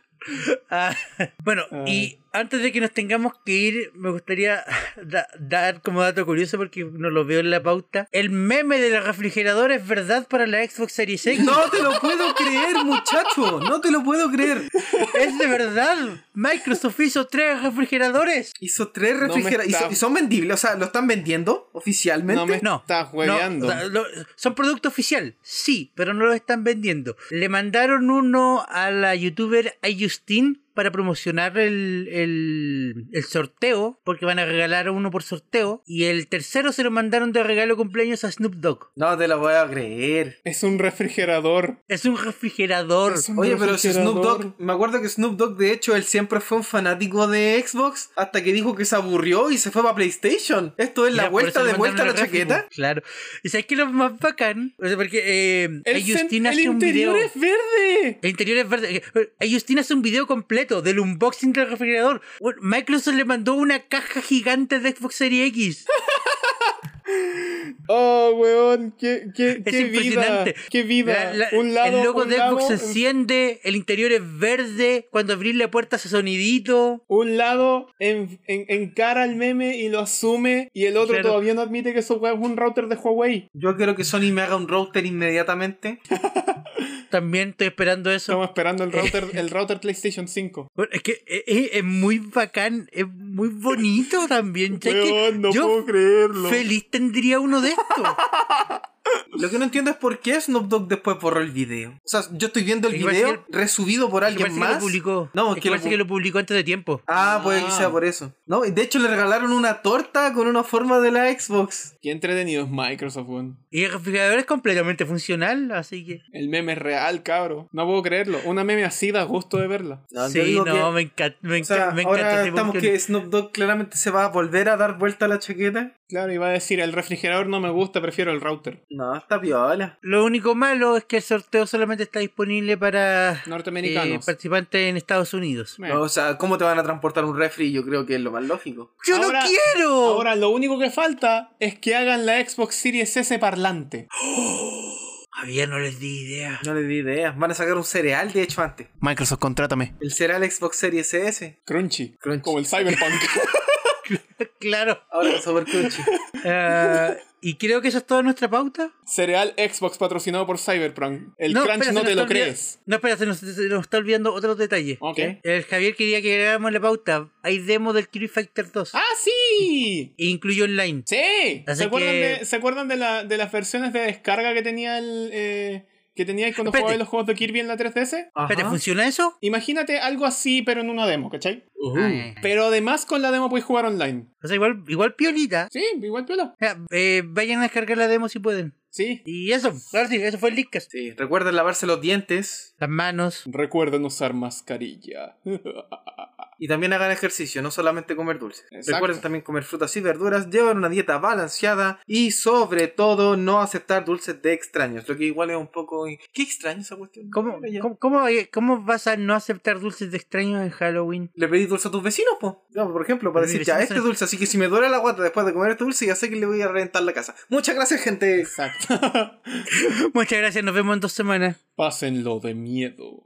S2: Ah, bueno,
S1: Ah.
S2: y antes de que nos tengamos que ir, me gustaría da- dar como dato curioso porque no lo veo en la pauta. El meme del refrigerador es verdad para la Xbox Series X.
S3: No te lo puedo creer, muchacho. No te lo puedo creer.
S2: Es de verdad. Microsoft hizo tres refrigeradores.
S3: Hizo tres
S1: No me
S3: refrigeradores.
S1: está-
S3: ¿Y son vendibles? O sea, ¿lo están vendiendo oficialmente?
S1: No me
S2: No.
S1: estás
S2: No,
S1: hueveando.
S2: o sea, lo- son producto oficial, sí, pero no los están vendiendo. Le mandaron uno a la youtuber Ayustin para promocionar el, el- el sorteo, porque van a regalar uno por sorteo. Y el tercero se lo mandaron de regalo cumpleaños a Snoop Dogg.
S3: No te lo voy a creer.
S1: Es un refrigerador.
S2: Es un refrigerador.
S1: Es un
S3: Oye, pero si Snoop
S1: refrigerador.
S3: Dogg, me acuerdo que Snoop Dogg, de hecho, él siempre fue un fanático de Xbox hasta que dijo que se aburrió y se fue para PlayStation. Esto es
S2: Ya,
S3: la
S2: por
S3: vuelta
S2: eso le
S3: de vuelta a la
S2: mandaron el
S3: chaqueta.
S2: refri, Claro. ¿Y sabes qué es lo más bacán? O sea, porque eh,
S1: El,
S2: Ayustin
S1: cen- el
S2: hace un
S1: interior
S2: video.
S1: es verde.
S2: El interior es verde. Justin hace un video completo del unboxing del refrigerador. Bueno, Microsoft le mandó una caja gigante de Xbox Series X.
S1: Oh, weón, qué, qué,
S2: Es
S1: qué vida.
S2: impresionante.
S1: Qué vida.
S2: La- la-
S1: un lado,
S2: el logo
S1: un
S2: de Xbox
S1: lado,
S2: se enciende, el interior es verde. Cuando abrís la puerta hace sonidito.
S1: un lado en- en- encara el meme y lo asume, y el otro
S2: Claro.
S1: todavía no admite que eso weón, es un router de Huawei.
S3: Yo quiero que Sony me haga un router inmediatamente.
S2: También estoy esperando eso.
S1: Estamos esperando el router, el router PlayStation 5.
S2: Bueno, es que eh, eh, es, muy bacán, es muy bonito también. ¿Sabes qué?
S1: Weón, no
S2: yo
S1: puedo creerlo.
S2: feliz tendría uno de estos.
S3: Lo que no entiendo es por qué Snoop Dogg después borró el video. O sea, yo estoy viendo el
S2: Es que parece
S3: video resubido por
S2: Es que parece
S3: alguien
S2: que lo
S3: más.
S2: publicó.
S3: No,
S2: Es
S3: es
S2: que
S3: que lo
S2: parece
S3: pu-
S2: que lo publicó antes de tiempo.
S3: Ah, puede que
S1: Ah.
S3: sea por eso. No, y de hecho le regalaron una torta con una forma de la Xbox.
S1: Qué entretenido es Microsoft, weón.
S2: Y el refrigerador es completamente funcional, así que.
S1: El meme es real, cabro. No puedo creerlo. Una meme así da gusto de verla.
S3: No, yo
S2: sí,
S3: digo
S2: no,
S3: que-
S2: me encanta. Me,
S3: O sea,
S2: enca- me encanta.
S3: ahora
S2: ese
S3: estamos
S2: Pokémon.
S3: que Snoop Dogg claramente se va a volver a dar vuelta a la chaqueta.
S1: Claro, iba a decir, el refrigerador no me gusta, prefiero el router.
S3: No, está piola.
S2: Lo único malo es que el sorteo solamente está disponible para eh,
S1: Norteamericanos. Eh.
S2: participantes en Estados Unidos.
S1: Meh.
S3: No, o sea, ¿cómo te van a transportar un refri? Yo creo que es lo más lógico.
S2: ¡Yo
S1: Ahora-
S2: no quiero!
S1: Ahora lo único que falta es que hagan la Xbox Series S parlante.
S2: Todavía Ah, no les di idea.
S3: No les di idea. Van a sacar un cereal, de hecho, antes.
S1: Microsoft, contrátame.
S3: El cereal Xbox Series S.
S1: Crunchy.
S3: Crunchy.
S1: Como el Cyberpunk.
S2: claro.
S3: Ahora Super Crunchy.
S2: Ah, y creo que eso es toda nuestra pauta.
S1: Cereal Xbox patrocinado por Cyberpunk. El
S2: no,
S1: crunch
S2: espera, se
S1: no
S2: nos
S1: te
S2: está
S1: lo
S2: olvida-
S1: crees.
S2: No, espera, se nos, se nos está olvidando otro detalle.
S1: Ok.
S2: El Javier quería que grabáramos la pauta. Hay demo del Kirby Fighter 2.
S1: ¡Ah, sí!
S2: E incluye online.
S1: ¡Sí!
S2: Así
S1: ¿Se acuerdan,
S2: que-
S1: de, ¿se acuerdan de, la- de las versiones de descarga que tenía el. eh, que tenía cuando
S2: Espérate.
S1: jugaba los juegos de Kirby en la 3DS?
S2: Espérate,
S3: Ajá.
S2: ¿funciona eso?
S1: Imagínate algo así, pero en una demo, ¿cachai?
S2: Ah,
S1: Pero además con la demo puedes jugar online.
S2: O sea, igual, igual piolita.
S1: Sí, igual piola.
S2: Ya, eh, vayan a descargar la demo si pueden.
S1: Sí.
S2: Y eso, ahora sí, eso fue el Leadcast.
S3: Sí, recuerden lavarse los dientes
S2: Las manos.
S1: Recuerden usar mascarilla.
S3: y también hagan ejercicio, no solamente comer dulces.
S1: Exacto.
S3: Recuerden también comer frutas y verduras, llevar una dieta balanceada y sobre todo no aceptar dulces de extraños, lo que igual es un poco... ¿Qué extraño esa cuestión?
S2: ¿Cómo,
S3: Ya.
S2: cómo, cómo, eh, cómo vas a no aceptar dulces de extraños en Halloween?
S3: ¿Le pedís dulce a tus vecinos, po? No, por ejemplo, para decir, ya,
S2: Regresemos
S3: este
S2: a-
S3: dulce, así que si me duele la guata después de comer este dulce, ya sé que le voy a reventar la casa. Muchas gracias, gente.
S1: Exacto.
S2: Muchas gracias, nos vemos en dos semanas.
S1: Pásenlo de miedo.